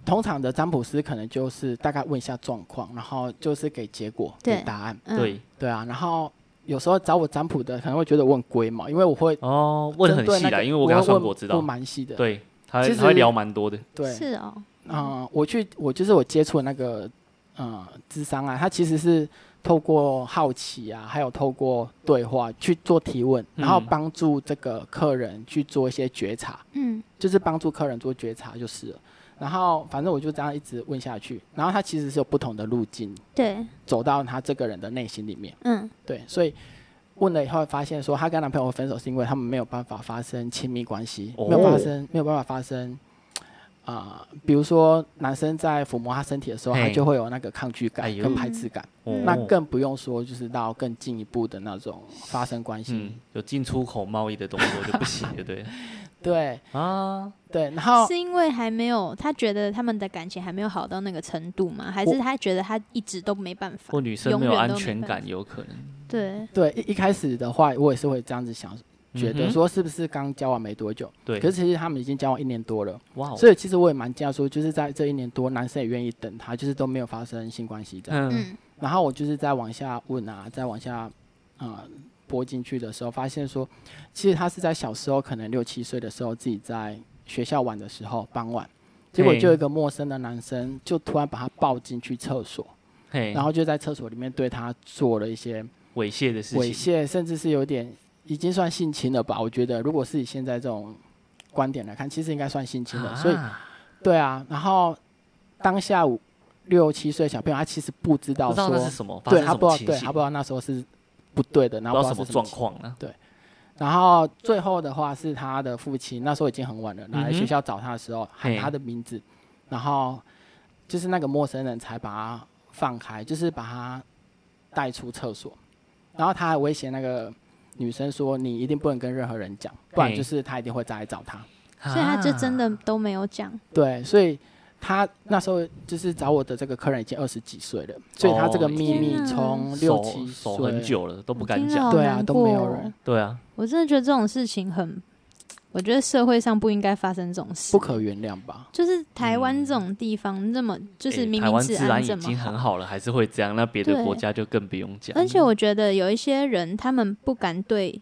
C: 通常的占卜师可能就是大概问一下状况，然后就是给结果、
A: 对
C: 给答案。
B: 嘿，
A: 嗯，
B: 对，
C: 对啊，然后有时候找我占卜的可能会觉得我很龟毛，因为我会
B: 哦，问得很
C: 针对
B: 细
C: 那
B: 啦，
C: 个
B: 因为我跟他
C: 会
B: 算
C: 问
B: 过，我知道
C: 问，蛮细的。
B: 对，他
C: 其
B: 会
C: 实
B: 他会聊蛮多的，
C: 对，
A: 是哦，
C: 嗯，我去，我就是我接触的那个，呃，智商啊，他其实是透过好奇啊，还有透过对话去做提问，然后
B: 嗯
C: 帮助这个客人去做一些觉察，
A: 嗯，
C: 就是帮助客人做觉察就是了。然后反正我就这样一直问下去，然后他其实是有不同的路径
A: 对，
C: 走到他这个人的内心里面，
A: 嗯，
C: 对，所以问了以后发现说，她跟男朋友分手是因为他们没有办法发生亲密关系，
B: 哦
C: 没有发生，没有办法发生。啊、比如说男生在抚摸她身体的时候，
B: 嘿
C: 他就会有那个抗拒
B: 哎
C: 感
B: 呦
C: 跟排斥感，
B: 哦
A: 嗯
C: 那更不用说就是到更进一步的那种发生关系。
B: 嗯，有进出口贸易的动作就不行，对 不对了？
C: 对
B: 啊，
C: 对，然后
A: 是因为还没有他觉得他们的感情还没有好到那个程度吗？还是
C: 我
A: 他觉得他一直都没办法
B: 或？女生
A: 永
B: 没有
A: 远
B: 安
A: 都没
B: 全
A: 办
B: 感，
A: 法
B: 有可能
A: 对，
C: 对一一开始的话，我也是会这样子想，觉
B: 嗯
C: 得
B: 哼
C: 说是不是刚交往没多久？
B: 对，
C: 可是其实他们已经交往一年多了，
B: 哇哦，
C: 所以其实我也蛮惊讶说，就是在这一年多，男生也愿意等她，就是都没有发生性关系这样。
B: 嗯，
A: 嗯，
C: 然后我就是再往下问啊，再往下啊拨进去的时候，发现说，其实他是在小时候，可能六七岁的时候，自己在学校玩的时候，傍晚，结果
B: 嘿
C: 就有一个陌生的男生，就突然把他抱进去厕所，
B: 嘿，
C: 然后就在厕所里面对他做了一些
B: 猥亵的事
C: 猥
B: 情，
C: 亵，甚至是有点已经算性侵了吧？我觉得，如果是以现在这种观点来看，其实应该算性侵了。所以，
B: 啊
C: 对啊，然后当下午六七岁的小朋友，他其实不知道
B: 不知道
C: 说
B: 那是什么，发
C: 对
B: 生
C: 他
B: 什
C: 不
B: 么
C: 知道，
B: 情
C: 对
B: 形
C: 他不知道那时候是不对的，然
B: 不
C: 后
B: 知道什
C: 不
B: 么
C: 是
B: 状
C: 情。
B: 况了，
C: 然后最后的话是他的父亲，那时候已经很晚了，来
B: 嗯
C: 学
B: 哼
C: 校找他的时候喊
B: 嘿
C: 他的名字，然后就是那个陌生人才把他放开，就是把他带出厕所，然后他还威胁那个女生说：“你一定不能跟任何人讲，不然
B: 嘿
C: 就是他一定会再来找他。”
A: 所以他这真
B: 的
A: 的都没有讲，
C: 对，所以他那时候就是找我的这个客人已经二十几岁了，所以他这个
B: 哦
C: 秘密
A: 天啊
C: 从
B: 手
C: 六七
B: 手
C: 岁
B: 很，久了都不
A: 我
B: 敢
A: 听了
B: 讲
A: 好，
C: 对啊
A: 难
C: 都没有
A: 过哦
C: 人
B: 对啊，
A: 我真的觉得这种事情很，我觉得社会上不应该发生这种事，
C: 不可原谅吧？
A: 就是台湾这种地方那么，就是
B: 嗯诶
A: 明
B: 台
A: 明
B: 湾治安
A: 安
B: 已
A: 这
B: 经
A: 么
B: 很好了，还是会这样，那别的
A: 对
B: 国家就更不用讲了，
A: 而且我觉得有一些人他们不敢对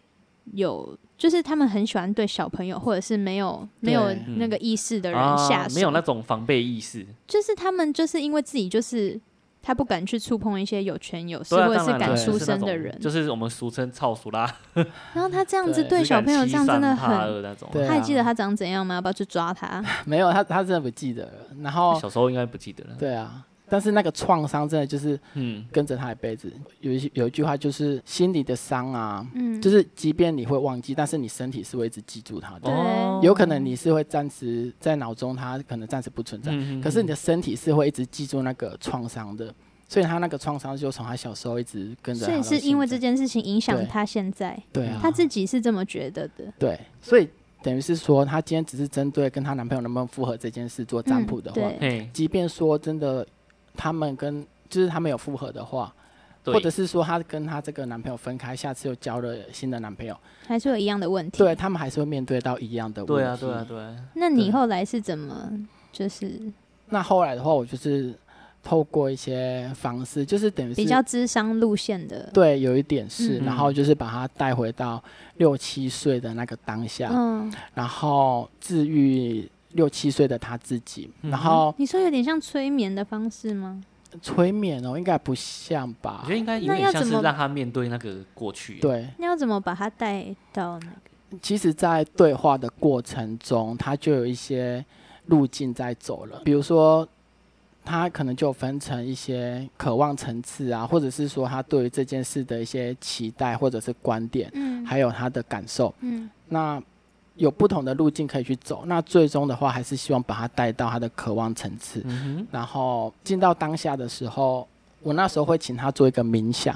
A: 有，就是他们很喜欢对小朋友或者是没有没有
C: 对
A: 那个意识的人下
B: 嗯啊
A: 手，
B: 没有那种防备意识，
A: 就是他们就是因为自己就是他不敢去触碰一些有权有势、
B: 对啊，
A: 或者
B: 当
A: 是
B: 然
A: 敢
B: 了
C: 对
A: 出
B: 就是那
A: 声的
B: 种
A: 人，
B: 就是我们俗称操俗啦，
A: 然后他这样子
C: 对
A: 对
B: 只
A: 小
B: 敢
A: 朋友
B: 欺
A: 这样真的
B: 善怕
A: 很。
B: 恶那种，
C: 对啊
A: 他还记得他长怎样吗？要不要去抓他？
C: 没有，他他真的不记得了。然
A: 哦
C: 后
B: 小时候应该不记得了，
C: 对啊，但是那个创伤真的就是
B: 嗯，
C: 跟着他一辈子。有一些有一句话就是心里的伤啊，
A: 嗯，
C: 就是即便你会忘记，但是你身体是会一直记住它的。
A: 对
B: 哦
C: 有可能你是会暂时在脑中，它可能暂时不存在，
B: 嗯嗯
C: 可是你的身体是会一直记住那个创伤的。所以他那个创伤就从他小时候一直跟着他
A: 所
C: 到
A: 以
C: 啊现在。
A: 是因为这件事情影响
C: 对
A: 他现在，
C: 对啊，
A: 他自己是这么觉得的。
C: 对，所以等于是说，她今天只是针对跟她男朋友能不能复合这件事做占卜的话，
A: 嗯对
B: 嘿，
C: 即便说真的，他们跟就是他们有复合的话，
B: 对
C: 或者是说她跟她这个男朋友分开，下次又交了新的男朋友，
A: 还是有一样的问题。
C: 对他们还是会面对到一样的问题。
B: 对啊，对啊，对啊，
A: 那你
C: 对
A: 后来是怎么就是
C: 那后来的话，我就是透过一些方式，就是等于是
A: 比较智商路线的？
C: 对，有一点是，
A: 嗯
C: 然后就是把她带回到六七岁的那个当下，
A: 嗯，
C: 然后治愈六七岁的她自己，
B: 嗯哼
C: 然后。
A: 你说有点像催眠的方式吗？
C: 催眠哦，应该不像
B: 我
C: 吧
B: 觉？得应该有
A: 那
B: 点
A: 要
B: 像
A: 怎
B: 是
A: 么
B: 让他面对那个过去，，啊
C: 对，
A: 那要怎么把它带到那个？
C: 其实，在对话的过程中，他就有一些路径在走了。比如说，他可能就分成一些渴望层次啊，或者是说他对于这件事的一些期待或者是观点，
A: 嗯
C: 还有他的感受。
A: 嗯
C: 那有不同的路径可以去走。那最终的话，还是希望把他带到他的渴望层次，
B: 嗯
C: 然后进到当下的时候，我那时候会请他做一个冥想。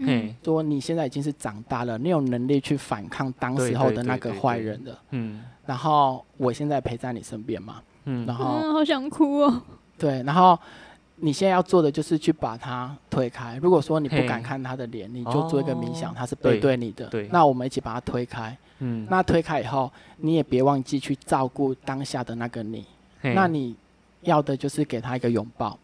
B: 哼，
A: 嗯
B: 嘿，
C: 说你现在已经是长大了，你有能力去反抗当时候的那个坏人了。
B: 嗯
C: 然后我现在陪在你身边嘛，
B: 嗯
C: 然后
A: 嗯，好想哭哦。
C: 对，然后你现在要做的就是去把它推开。如果说你不敢
B: 嘿
C: 看他的脸，你就做一个冥想，
B: 哦
C: 他是背
B: 对
C: 对你的。
B: 对
C: 那我们一起把它推开。
B: 嗯，
C: 那推开以后，你也别忘记去照顾当下的那个你。
B: 嘿
C: 那你要的就是给他一个拥抱。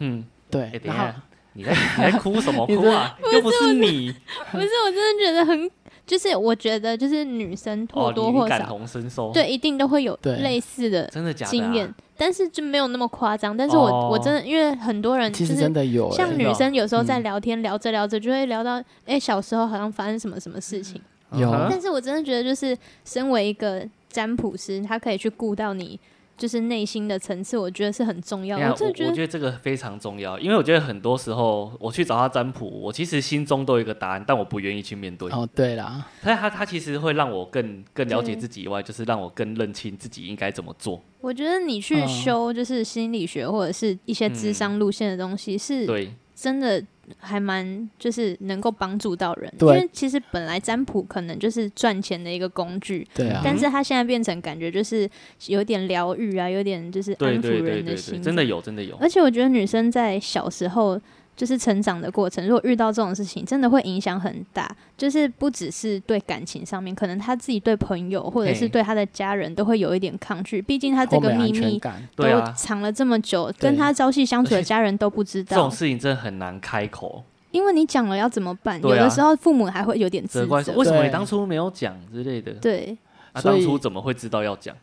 B: 嗯，
C: 对
B: 哎，，等一
C: 然后
B: 下，你在你在哭 什么
C: 你
B: 哭啊？又不是你
A: 不是，我真的觉得很，就是我觉得就是女生或
B: 哦，
A: 多
B: 你你
A: 或
B: 感
A: 少、
B: 同身受，，
A: 对一定都会有
C: 对
A: 类似的
B: 真的假的啊？
A: 经验，但是就没有那么夸张。但是我、
B: 哦
A: 我真的因为很多人就
C: 其
A: 是
C: 实真的有、欸，
A: 像
B: 真
A: 女
B: 的哦
A: 生有时候在
C: 嗯
A: 聊天、聊着聊着就会聊到，哎、小时候好像发生什么什么事情。
C: 有
B: 嗯哼
A: 但是我真的觉得，就是身为一个占卜师，他可以去顾到你就是内心的层次，我觉得是很重要。
B: 等一下
A: 啊真的觉
B: 哎我
A: 得，
B: 觉得这个非常重要，因为我觉得很多时候我去找他占卜，我其实心中都有一个答案，但我不愿意去面对。
C: 哦，对啦，
B: 他他他其实会让我更更了解
A: 对
B: 自己以外，就是让我更认清自己应该怎么做。
A: 我觉得你去
C: 嗯
A: 修就是心理学或者是一些智商路线的东西，是
B: 嗯对，
A: 真的还蛮就是能够帮助到人。因
C: 对
A: 为其实本来占卜可能就是赚钱的一个工具，
C: 对
B: 嗯
C: 啊，
A: 但是他现在变成感觉就是有点疗愈啊，有点就是
B: 对
A: 安抚
B: 对对
A: 人
B: 对
A: 的
B: 对，
A: 心，
B: 真的有，真的有。
A: 而且我觉得女生在小时候就是成长的过程，如果遇到这种事情，真的会影响很大。就是不只是对感情上面，可能她自己对朋友或者是
B: 嘿
A: 对她的家人都会有一点抗拒，毕竟她这
C: 后
A: 个
C: 没安
A: 秘
C: 全
A: 密
C: 感，
A: 都
B: 对啊，
A: 藏了这么久，跟她朝夕相处的家人都不知
B: 这种
A: 道，
B: 事情真的很难开口，
A: 因为你讲了要怎么办？有
B: 对啊
A: 的时候父母还会有点自
B: 责
A: 责
B: 怪。说为什么你
C: 对
B: 当初没有讲之类的。
A: 对，
B: 啊，
C: 所
B: 当
C: 以
B: 初怎么会知道要讲？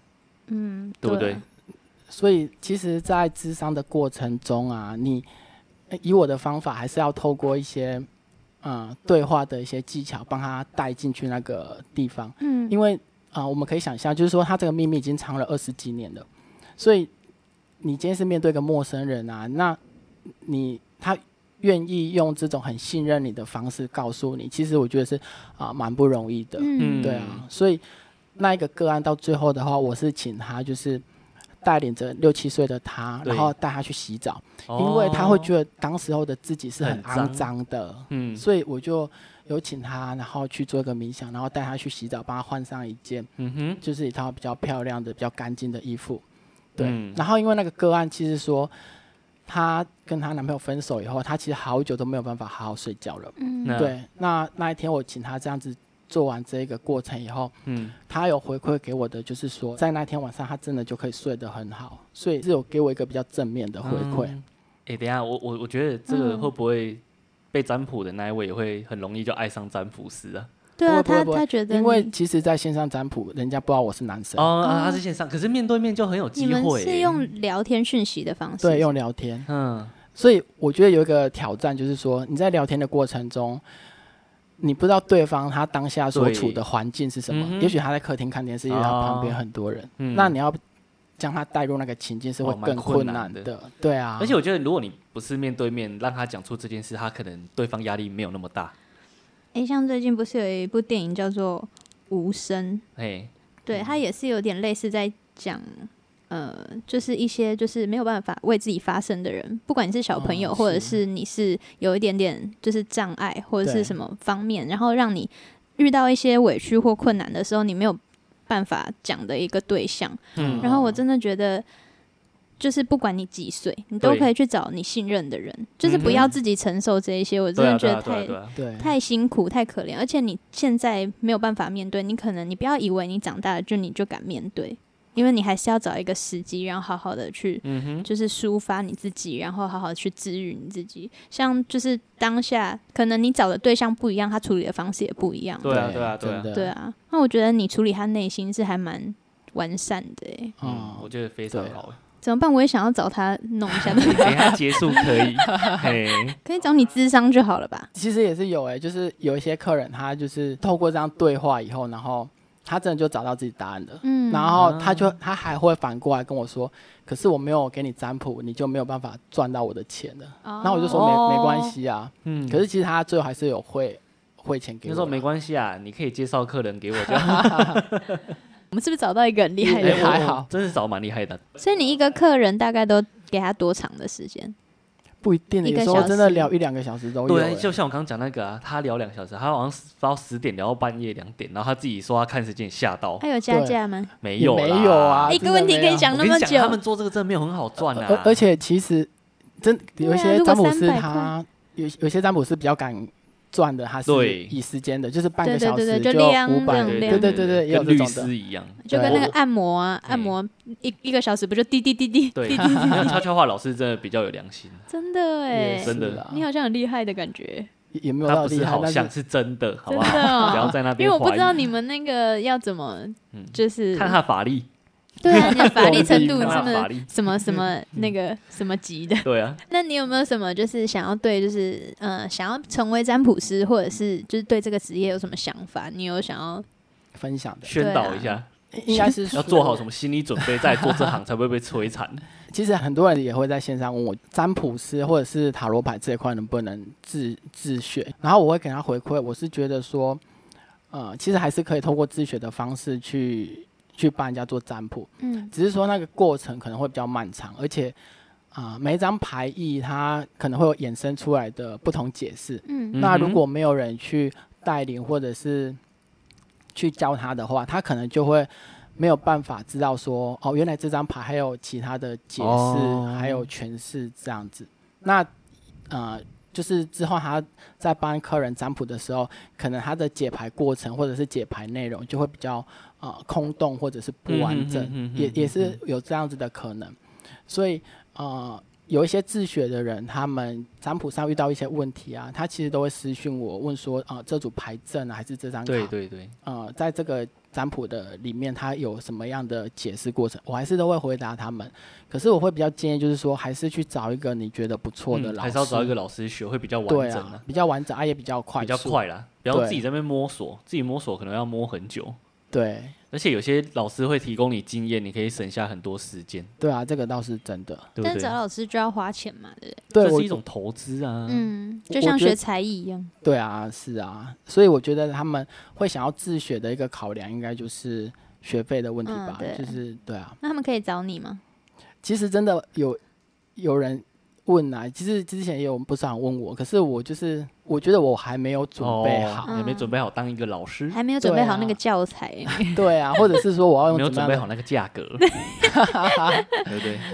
A: 嗯，
B: 对不对
A: 啊？
C: 所以其实，在智商的过程中啊，你呃以我的方法，还是要透过一些啊、呃对话的一些技巧，帮他带进去那个地方。
A: 嗯，
C: 因为啊、呃我们可以想象，就是说他这个秘密已经藏了二十几年了，所以你今天是面对一个陌生人啊，那你他愿意用这种很信任你的方式告诉你，其实我觉得是啊、蛮不容易的。
A: 嗯
C: 对啊，所以那一个个案到最后的话，我是请他就是带领着六七岁的他，
B: 对
C: 然后带他去洗澡，
B: 哦
C: 因为他会觉得当时候的自己是很
B: 很脏
C: 肮脏的，
B: 嗯
C: 所以我就有请他，然后去做一个冥想，然后带他去洗澡，帮他换上一件
B: 嗯哼，
C: 就是一套比较漂亮的、比较干净的衣服。对，
B: 嗯
C: 然后因为那个个案其实说。她跟她男朋友分手以后，她其实好久都没有办法好好睡觉了。
A: 嗯
B: 那
C: 对，那那一天我请她这样子做完这个过程以后，
B: 嗯
C: 他有回馈给我的，就是说在那天晚上他真的就可以睡得很好，所以是有给我一个比较正面的回馈。
B: 嗯哎、等一下，我我我觉得这个会不会被占卜的那一位也会很容易就爱上占卜师啊？
A: 对啊，
C: 不会
A: 他
C: 不会
A: 他觉得
C: 因为
A: 你
C: 其实，在线上占卜，人家不知道我是男生，
B: 哦，啊他是线上，可是面对面就很有
A: 你
B: 机
A: 们
B: 会、
A: 是用聊天讯息的方式，
C: 对，用聊天。
B: 嗯，
C: 所以我觉得有一个挑战，就是说你在聊天的过程中，你不知道对方他当下所
B: 对
C: 处的环境是什
B: 嗯哼
C: 么，也许他在客厅看电视，也许他
B: 哦
C: 旁边很多人，
B: 嗯
C: 那你要将他带入那个情境是会
B: 哦蛮
C: 更
B: 困
C: 困
B: 难
C: 难
B: 的
C: 的。对啊，
B: 而且我觉得，如果你不是面对面让他讲出这件事，他可能对方压力没有那么大。
A: 诶，像最近不是有一部电影叫做《无声》，
B: 哎，
A: 对，它也是有点类似在讲，呃，就是一些就是没有办法为自己发声的人，不管你是小朋友，
C: 哦
A: 或者
C: 是
A: 是你是有一点点就是障碍或者是
C: 对
A: 什么方面，然后让你遇到一些委屈或困难的时候，你没有办法讲的一个对象。
B: 嗯
A: 然后我真的觉得。就是不管你几岁，你都
B: 对
A: 可以去找你信任的人，就是不
B: 嗯哼
A: 要自己承受这一些。我真
B: 对啊，
A: 的觉得
B: 对啊，对
A: 太
B: 啊，对啊，
C: 对，
A: 太辛苦、太可怜，而且你现在没有办法面对，你可能你不要以为你长大了就你就敢面对，因为你还是要找一个时机，然后好好的去，
B: 嗯哼，
A: 就是抒发你自己，然后好好地去治愈你自己。像就是当下，可能你找的对象不一样，他处理的方式也不一样。
B: 对啊，对啊，对
C: 真
B: 啊，
C: 的，
A: 对啊，那我觉得你处理他内心是还蛮完善的诶。
B: 嗯，我
C: 嗯，
B: 觉得非常
C: 对啊
B: 好。
A: 怎么办？我也想要找他弄一 下，
B: 等一下结束可 以，嘿，
A: 可以找你智商就好了吧？
C: 其实也是有哎、就是有一些客人他就是透过这样对话以后，然后他真的就找到自己答案了。
A: 嗯，
C: 然
B: 啊
C: 后他就他还会反过来跟我说，可是我没有给你占卜，你就没有办法赚到我的钱了。那我就说
B: 哦
C: 没没关系啊，
B: 嗯，
C: 可是其实他最后还是有汇汇钱给
B: 那
C: 我
B: 时
C: 啦。
B: 候没关系啊，你可以介绍客人给我就 好。
A: 我们是不是找到一个很厉害的
C: 也
A: 人？
B: 哎我
C: 还好
B: 真是找蛮厉害的。
A: 所以你一个客人大概都给他多长的时间？
C: 不一定，
A: 一个
C: 有时候
A: 小时
C: 真的聊一两个小时都有、
B: 对
C: 欸。
B: 啊，就像我刚刚讲那个啊，他聊两小时，他好像是到十点聊到半夜两点，然后他自己说他看时间也吓到
A: 他，有加价吗？
B: 没有啦
C: 也没有啊
A: 哎一个问题可以讲
B: 我
A: 那
B: 跟你
A: 么
B: 讲，
A: 久
B: 他，们做这个真的没有很好赚
C: 而
B: 啊。
C: 而且其实真有
A: 对
C: 一
A: 啊
C: 些
A: 如果
C: 占卜师
A: 300
C: 他有有些占卜师比较敢赚的，他是
B: 对
C: 以时间的，就是半
A: 对
C: 个
A: 对
C: 小
A: 对
C: 时
A: 对就量
C: 五百，
A: 量
C: 对
A: 量
C: 对对对，也有
B: 跟
C: 这
B: 律
C: 种的。
B: 师一样，
A: 就跟那个
B: 对嗯
A: 按摩啊，按摩一一个小时不就滴滴滴滴滴
B: 对，
A: 滴，
B: 那悄悄话老师真的比较有良心，
A: 真的哎、
B: 真的
C: 啦
A: 你好像很厉害的感觉，
C: 也也没有
B: 他
C: 到
B: 不
C: 厉
B: 是
C: 害，
B: 好
C: 但
B: 像
C: 是
B: 是真的，好
A: 啊真
B: 不
A: 的
B: 好？
A: 哦、
B: 不要在那
A: 因为
B: 边怀疑，
A: 我不知道你们那个要怎么
B: 嗯，
A: 就是
B: 看他法力，
A: 对 啊，你的法力程度
B: 看他
A: 什
B: 法
A: 么
B: 力，嗯
A: 什么什么那个什么级的？
B: 对啊，
A: 那你有没有什么就是想要对就是呃想要成为占卜师，或者是就是对这个职业有什么想法？你有想要
C: 分享的，
B: 宣导一
A: 啊
B: 下，
C: 应该是
B: 要做好什
C: 么？
B: 么心理准备，再来做这行才不会被摧残。
C: 其实很多人也会在线上问我，占卜师或者是塔罗牌这一块能不能自自学，然后我会给他回馈，我是觉得说，呃，其实还是可以通过自学的方式去去帮人家做占卜，
A: 嗯
C: 只是说那个过程可能会比较漫长，而且啊、每一张牌意它可能会有衍生出来的不同解释。
A: 嗯
B: 嗯
C: 那
B: 哼
C: 如果没有人去带领或者是去教他的话，他可能就会没有办法知道说，哦，原来这张牌还有其他的解释，
B: 哦
C: 还有诠释这样子。那呃，就是之后他在帮客人占卜的时候，可能他的解牌过程或者是解牌内容就会比较呃空洞或者是不完整，
B: 嗯哼哼哼
C: 也也
B: 哼
C: 是
B: 哼
C: 有这样子的可能。所以呃，有一些自学的人，他们占卜上遇到一些问题啊，他其实都会私讯我问说啊、呃这组牌阵啊，还是这张卡，
B: 对对对，
C: 呃，在这个占卜的里面，它有什么样的解释过程，我还是都会回答他们。可是我会比较建议，就是说还是去找一个你觉得不错的
B: 嗯
C: 老师，
B: 还是要找一个老师学会比较
C: 对
B: 完整
C: 啊
B: 啊，，
C: 比较完整，啊也比较快，
B: 比较，快啦，不要
C: 对
B: 自己在那边摸索，自己摸索可能要摸很久。
C: 对
B: 而且有些老师会提供你经验，你可以省下很多时间，
C: 对啊，这个倒是真的。
B: 对
A: 但
B: 不对
A: 找？老师就要花钱嘛，对不对？
C: 对
B: 这
C: 我
B: 是一种投资啊。
A: 嗯，就
C: 我
A: 像
C: 觉得
A: 学才艺一样。
C: 对啊，是啊，所以我觉得他们会想要自学的一个考量，应该就是学费的问题
A: 嗯
C: 吧，
A: 对
C: 就是对啊。
A: 那他们可以找你吗？
C: 其实真的有有人问啊，其实之前也有不少人问我，可是我就是我觉得我还没有准备好，
B: 哦，也没准备好当一个老师，
A: 还没有准备好那个
C: 对啊
A: 教材，欸
C: 对啊，或者是说我要用
B: 没有
C: 怎么
B: 准
C: 样
B: 备
C: 的
B: 好那个价 格，对不对？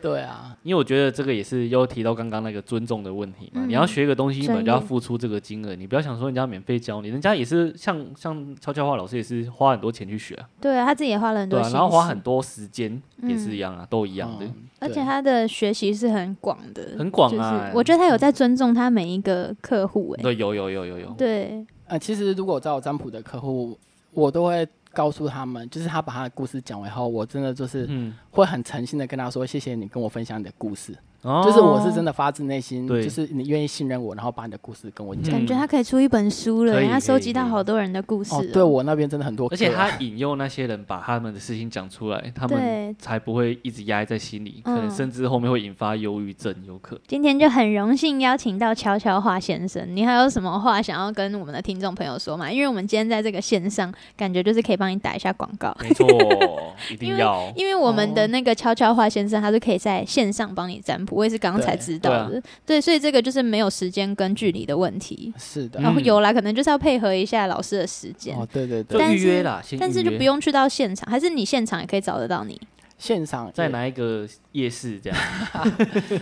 C: 对啊，
B: 因为我觉得这个也是又提到刚刚那个尊重的问题嘛。
A: 嗯
B: 你要学一个东西，你
A: 专业
B: 本就要付出这个金额，你不要想说人家免费教你，人家也是像像悄悄话老师也是花很多钱去学啊，
A: 对啊，他自己也花了很多
B: 对啊，
A: 心思，
B: 然后花很多时间
A: 嗯
B: 也是一样啊，都一样的，
C: 嗯
A: 而
C: 对
A: 且他的学习是很广的，
B: 很广
A: 就
B: 啊
A: 是。我觉得他有在尊重他每一个客户、欸，
B: 对，有有有有有，
A: 对，
C: 呃，其实如果我找我占卜的客户，我都会告诉他们，就是他把他的故事讲完后，我真的就是
B: 嗯，
C: 会很诚心的跟他说，谢谢你跟我分享你的故事，
B: 哦
C: 就是我是真的发自内心，
B: 对
C: 就是你愿意信任我，然后把你的故事跟我讲。
A: 感觉他可以出一本书了，
B: 嗯可以
A: 他收集
B: 可
A: 到
B: 以
A: 好多人的故事、
C: 哦，对，我那边真的很多
B: 而
C: 个案，
B: 且
A: 啊
B: 他引诱那些人把他们的事情讲出来，他
A: 对
B: 们才不会一直压在心里，可能
A: 嗯
B: 甚至后面会引发忧郁症，有可能。
A: 今天就很荣幸邀请到悄悄话先生，你还有什么话想要跟我们的听众朋友说吗？因为我们今天在这个线上，感觉就是可以帮你打一下广告，
B: 没错，一定要。
A: 因为我们的那个悄悄话先生，他是可以在线上帮你占卜，我也是刚刚才知道的。
B: 对
A: 对所以这个就是没有时间跟距离的问题。
C: 是的，
A: 然后
B: 嗯
A: 有啦，可能就是要配合一下老师的时间，
C: 哦，对对
B: 就
C: 对，
A: 但
B: 预
A: 是
B: 约啦，先
A: 但是
B: 预
A: 就
B: 约
A: 不用去到现场，还是你现场也可以找得到你。
C: 现场
B: 再
C: 也
B: 拿一个夜市这样。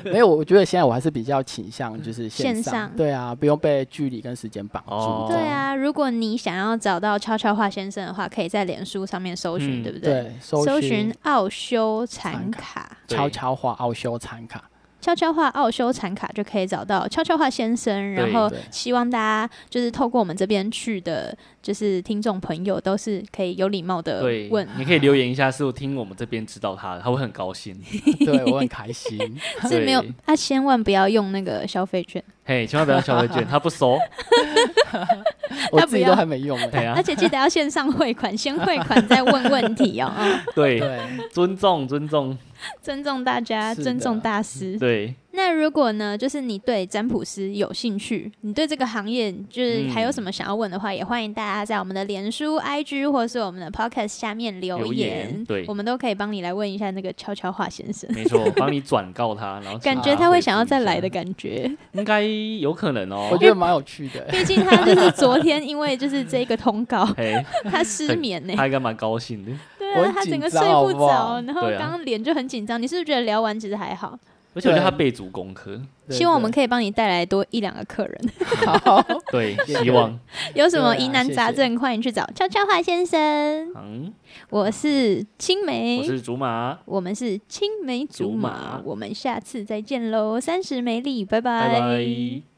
C: 没有，我觉得现在我还是比较倾向就是
A: 嗯线
C: 上，
A: 上
C: 对啊，不用被距离跟时间绑住。
B: 哦
A: 对啊，如果你想要找到悄悄话先生的话，可以在脸书上面搜寻，
B: 嗯
A: 对不对？
C: 对，搜
A: 搜
C: 寻
A: 寻奥修禅卡，
B: 对
C: 悄悄话奥修产卡，
A: 悄悄话奥修禅卡就可以找到悄悄话先生。然后
C: 对
A: 希望大家就是透过我们这边去的，就是听众朋友都是可以有礼貌的
B: 对
A: 呃问，，
B: 你可以留言一下，是我听我们这边知道他的，他会很高兴。
C: 对我很开心。
A: 是没有
B: 对
A: 啊，千万不要用那个消费 券，
B: 嘿，千万不要消费券，他不收。
C: 我
A: 他不
C: 自己
A: 要
C: 都还没用
B: 对
C: 哎。
B: 啊
A: 而，且记得要线上汇款，先汇款再问问题哦。嗯
B: 对，
C: 对，
B: 尊重尊重，
A: 尊重大家，
C: 是的
A: 尊重大师。
B: 嗯对，
A: 那如果呢，就是你对占卜师有兴趣，你对这个行业就是还有什么想要问的话，也欢迎大家在我们的脸书、IG 或是我们的 Podcast 下面留
B: 留言对
A: 我们都可以帮你来问一下那个悄悄话先 生。
B: 没错，帮你转告他，然后请
A: 感觉
B: 他
A: 他会
B: 回
A: 想
B: 复
A: 要
B: 啊一
A: 再
B: 下
A: 来的，感觉，
B: 应该有可能哦
C: 我。觉得蛮有趣 的。
A: 毕竟他就是昨天因为就是这个通告，
B: 嘿，
A: 他失眠呢、
B: 他应该蛮高兴的。
A: 对
C: 我
A: 啊，
C: 很
A: 他整个
C: 紧
A: 睡
C: 张好
A: 不
C: 不好
A: 着，然后
B: 对啊
A: 刚刚脸就很紧张。你是不是觉得聊完其实还好？
B: 而且我觉得他
C: 对
B: 备足功课，
A: 希望我们可以帮你带来多一两个客人。
C: 好，
B: 对，
C: 也可以
B: 希望，
A: 有什么
C: 对啊
A: 疑难
C: 谢谢
A: 杂症，欢迎去找悄悄话先生。
B: 嗯，
A: 我是青梅，
B: 我是竹马，
A: 我们是青梅竹马，
B: 竹马
A: 我们下次再见喽！三十没力，拜
B: 拜拜。